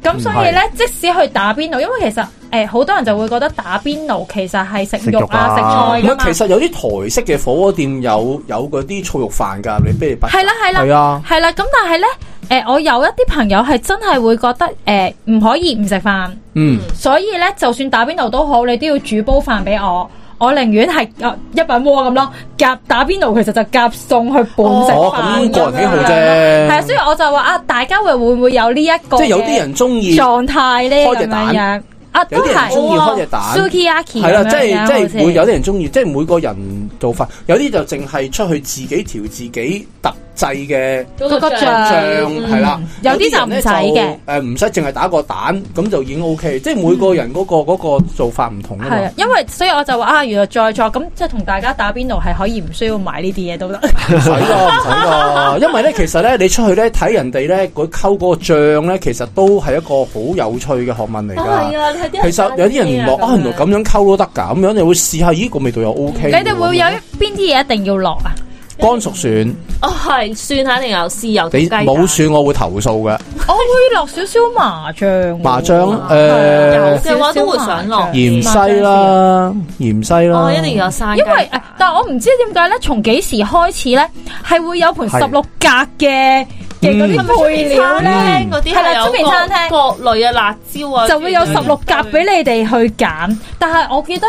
[SPEAKER 4] 咁所以咧，即使去打邊爐，因為其實誒好、多人就會覺得打邊爐其實係
[SPEAKER 1] 食
[SPEAKER 4] 食
[SPEAKER 1] 肉
[SPEAKER 4] 肉啊、食
[SPEAKER 1] 啊
[SPEAKER 4] 菜
[SPEAKER 2] 唔
[SPEAKER 4] 㗎
[SPEAKER 2] 係，
[SPEAKER 4] 嘛。
[SPEAKER 2] 其實有啲台式嘅火鍋店有有嗰啲醋肉飯㗎，你不如不
[SPEAKER 4] 係啦係啦
[SPEAKER 2] 係啊，
[SPEAKER 4] 係啦，咁但係咧，诶、我有一啲朋友係真係會覺得诶唔、可以唔食飯，
[SPEAKER 2] 嗯，
[SPEAKER 4] 所以咧就算打邊爐都好，你都要煮煲飯俾我。我寧願係呃一品鍋咁咯，夾打邊爐其實就夾餸去拌嗯食
[SPEAKER 2] 哦，咁
[SPEAKER 4] 飯咁
[SPEAKER 2] 個人喜好
[SPEAKER 4] 樣。係啊，
[SPEAKER 2] 啫，
[SPEAKER 4] 所以我就話啊，大家會會唔會有呢一個
[SPEAKER 2] 即係有啲人中
[SPEAKER 4] 嘅
[SPEAKER 2] 意，
[SPEAKER 4] 狀態咧
[SPEAKER 2] 開
[SPEAKER 4] 咁
[SPEAKER 2] 隻
[SPEAKER 4] 樣
[SPEAKER 2] 蛋
[SPEAKER 4] 樣啊，
[SPEAKER 2] 有
[SPEAKER 4] 都
[SPEAKER 2] 啲人
[SPEAKER 4] 係
[SPEAKER 2] 中意開隻蛋。
[SPEAKER 4] sukiyaki
[SPEAKER 2] 係啦，即係即係會
[SPEAKER 4] 會
[SPEAKER 2] 有啲人中意，即係每個人做法，有啲就淨係出去自己調自己特製嘅
[SPEAKER 4] 嗰個醬嗯
[SPEAKER 2] 醬，係啦。
[SPEAKER 4] 有啲就唔使嘅
[SPEAKER 2] 誒呃唔使淨係打個蛋，咁就已經 O K。即係每個人嗰個嗰個做法唔同啊
[SPEAKER 4] 係
[SPEAKER 2] 嘛
[SPEAKER 4] 啊。，因為所以我就話啊，原來在座咁即係同大家打邊爐係可以唔需要買呢啲
[SPEAKER 2] [LAUGHS]
[SPEAKER 4] 嘢都得。
[SPEAKER 2] 唔使咯，唔使咯，因為咧，其實咧，你出去咧睇人哋咧，佢溝嗰個醬咧，其實都係一個好有趣嘅學問嚟
[SPEAKER 3] 哦，係
[SPEAKER 2] 㗎。
[SPEAKER 3] 啊，你睇啲
[SPEAKER 2] 其實有啲人連落啊，原來咁樣溝都得㗎，咁樣你會試下，咦個味道又 O K。
[SPEAKER 4] 嗯你哋會有邊啲嘢一定要落啊？
[SPEAKER 2] 乾熟蒜，
[SPEAKER 3] 哦，係蒜肯定有，豉油同
[SPEAKER 2] 你
[SPEAKER 3] 雞蛋
[SPEAKER 2] 冇蒜我會投訴嘅。
[SPEAKER 4] 我會落少少麻醬喎，
[SPEAKER 2] 麻醬
[SPEAKER 4] 係
[SPEAKER 2] 誒
[SPEAKER 4] 啊
[SPEAKER 3] 嘅話都會想落
[SPEAKER 4] 麻醬
[SPEAKER 2] 芫茜，啦，芫茜
[SPEAKER 3] 哦，
[SPEAKER 2] 啦，
[SPEAKER 3] 一定要有生
[SPEAKER 4] 因為誒，但我唔知點解咧，從幾時開始咧，係會有盤十六格嘅嘅嗰
[SPEAKER 2] 嗯
[SPEAKER 4] 啲配料咧，
[SPEAKER 3] 咧嗰啲
[SPEAKER 4] 嗯係啦出面餐廳
[SPEAKER 3] 各類嘅辣椒啊，
[SPEAKER 4] 就會有十六格俾你哋去揀。但係我記得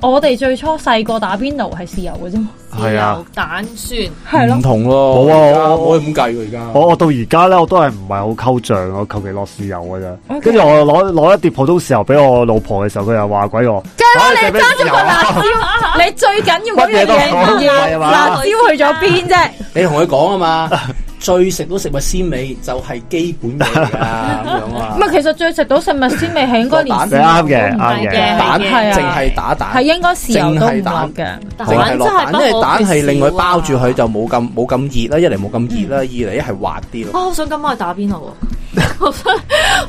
[SPEAKER 4] 我哋最初細個打邊爐係豉油嘅啫嘛，
[SPEAKER 1] 係
[SPEAKER 3] 豉
[SPEAKER 1] 啊
[SPEAKER 3] 油、蛋、蒜。
[SPEAKER 4] 係
[SPEAKER 2] 唔
[SPEAKER 4] 咯。
[SPEAKER 2] 同咯。
[SPEAKER 1] 冇啊
[SPEAKER 2] 而家
[SPEAKER 1] 我
[SPEAKER 2] 我係咁計㗎而家。
[SPEAKER 1] 我我到而家咧，我都係唔係好溝醬，我求其落豉油嘅啫。
[SPEAKER 4] OK
[SPEAKER 1] 跟住我攞攞一碟普通豉油俾我老婆嘅時候，佢又話鬼我，
[SPEAKER 4] 梗係啦，
[SPEAKER 1] 唉
[SPEAKER 4] 你揸咗個辣椒，你最緊要嗰樣
[SPEAKER 1] 啊乜嘢都講
[SPEAKER 4] 嘢唔
[SPEAKER 1] 係
[SPEAKER 4] 要
[SPEAKER 1] 嘛
[SPEAKER 4] 辣椒去咗邊啫？
[SPEAKER 2] 你同佢講啊嘛，最食到食物鮮美就係基本嘢㗎，咁樣啊
[SPEAKER 4] 唔。係，其實最食到食物鮮味係應該連
[SPEAKER 1] [LAUGHS]
[SPEAKER 2] 落
[SPEAKER 1] 你啱嘅，啱
[SPEAKER 3] 唔係嘅
[SPEAKER 1] 嘅。
[SPEAKER 2] 蛋
[SPEAKER 4] 係啊
[SPEAKER 2] 淨係打蛋，
[SPEAKER 4] 係應該豉油都唔落
[SPEAKER 2] 淨係
[SPEAKER 4] 嘅。
[SPEAKER 3] 蛋
[SPEAKER 2] 淨係落蛋，因
[SPEAKER 3] 真係
[SPEAKER 2] 為
[SPEAKER 3] 不可
[SPEAKER 2] 蛋係另外包住佢
[SPEAKER 3] 缺少啊
[SPEAKER 2] 就冇咁冇咁熱啦，一嚟冇咁熱啦，二嚟係滑啲咯。
[SPEAKER 3] 啊，我想今晚去打邊爐喎。 [LAUGHS] 我想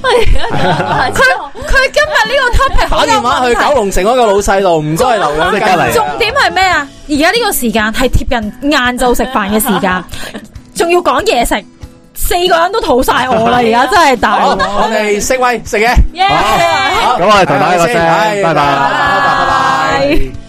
[SPEAKER 3] 喂，佢
[SPEAKER 4] 佢今日呢個 topic
[SPEAKER 2] 打
[SPEAKER 4] 好有
[SPEAKER 2] 電話去
[SPEAKER 4] 問
[SPEAKER 2] 九
[SPEAKER 4] 題。
[SPEAKER 2] 龍城嗰個老細度，唔該留兩
[SPEAKER 1] 即
[SPEAKER 2] 雞
[SPEAKER 1] 刻嚟
[SPEAKER 4] 重點係咩啊？而家呢個時間係貼人晏晝食飯嘅時間，
[SPEAKER 2] [LAUGHS]
[SPEAKER 4] 仲要講嘢食，四個人都肚晒我啦！而家真係大
[SPEAKER 2] 好，
[SPEAKER 4] 佬。
[SPEAKER 2] 我哋識威食嘢。
[SPEAKER 3] 耶！
[SPEAKER 2] 好
[SPEAKER 1] 咁我哋同大家講聲
[SPEAKER 2] 係
[SPEAKER 1] 拜拜
[SPEAKER 2] 拜拜拜拜。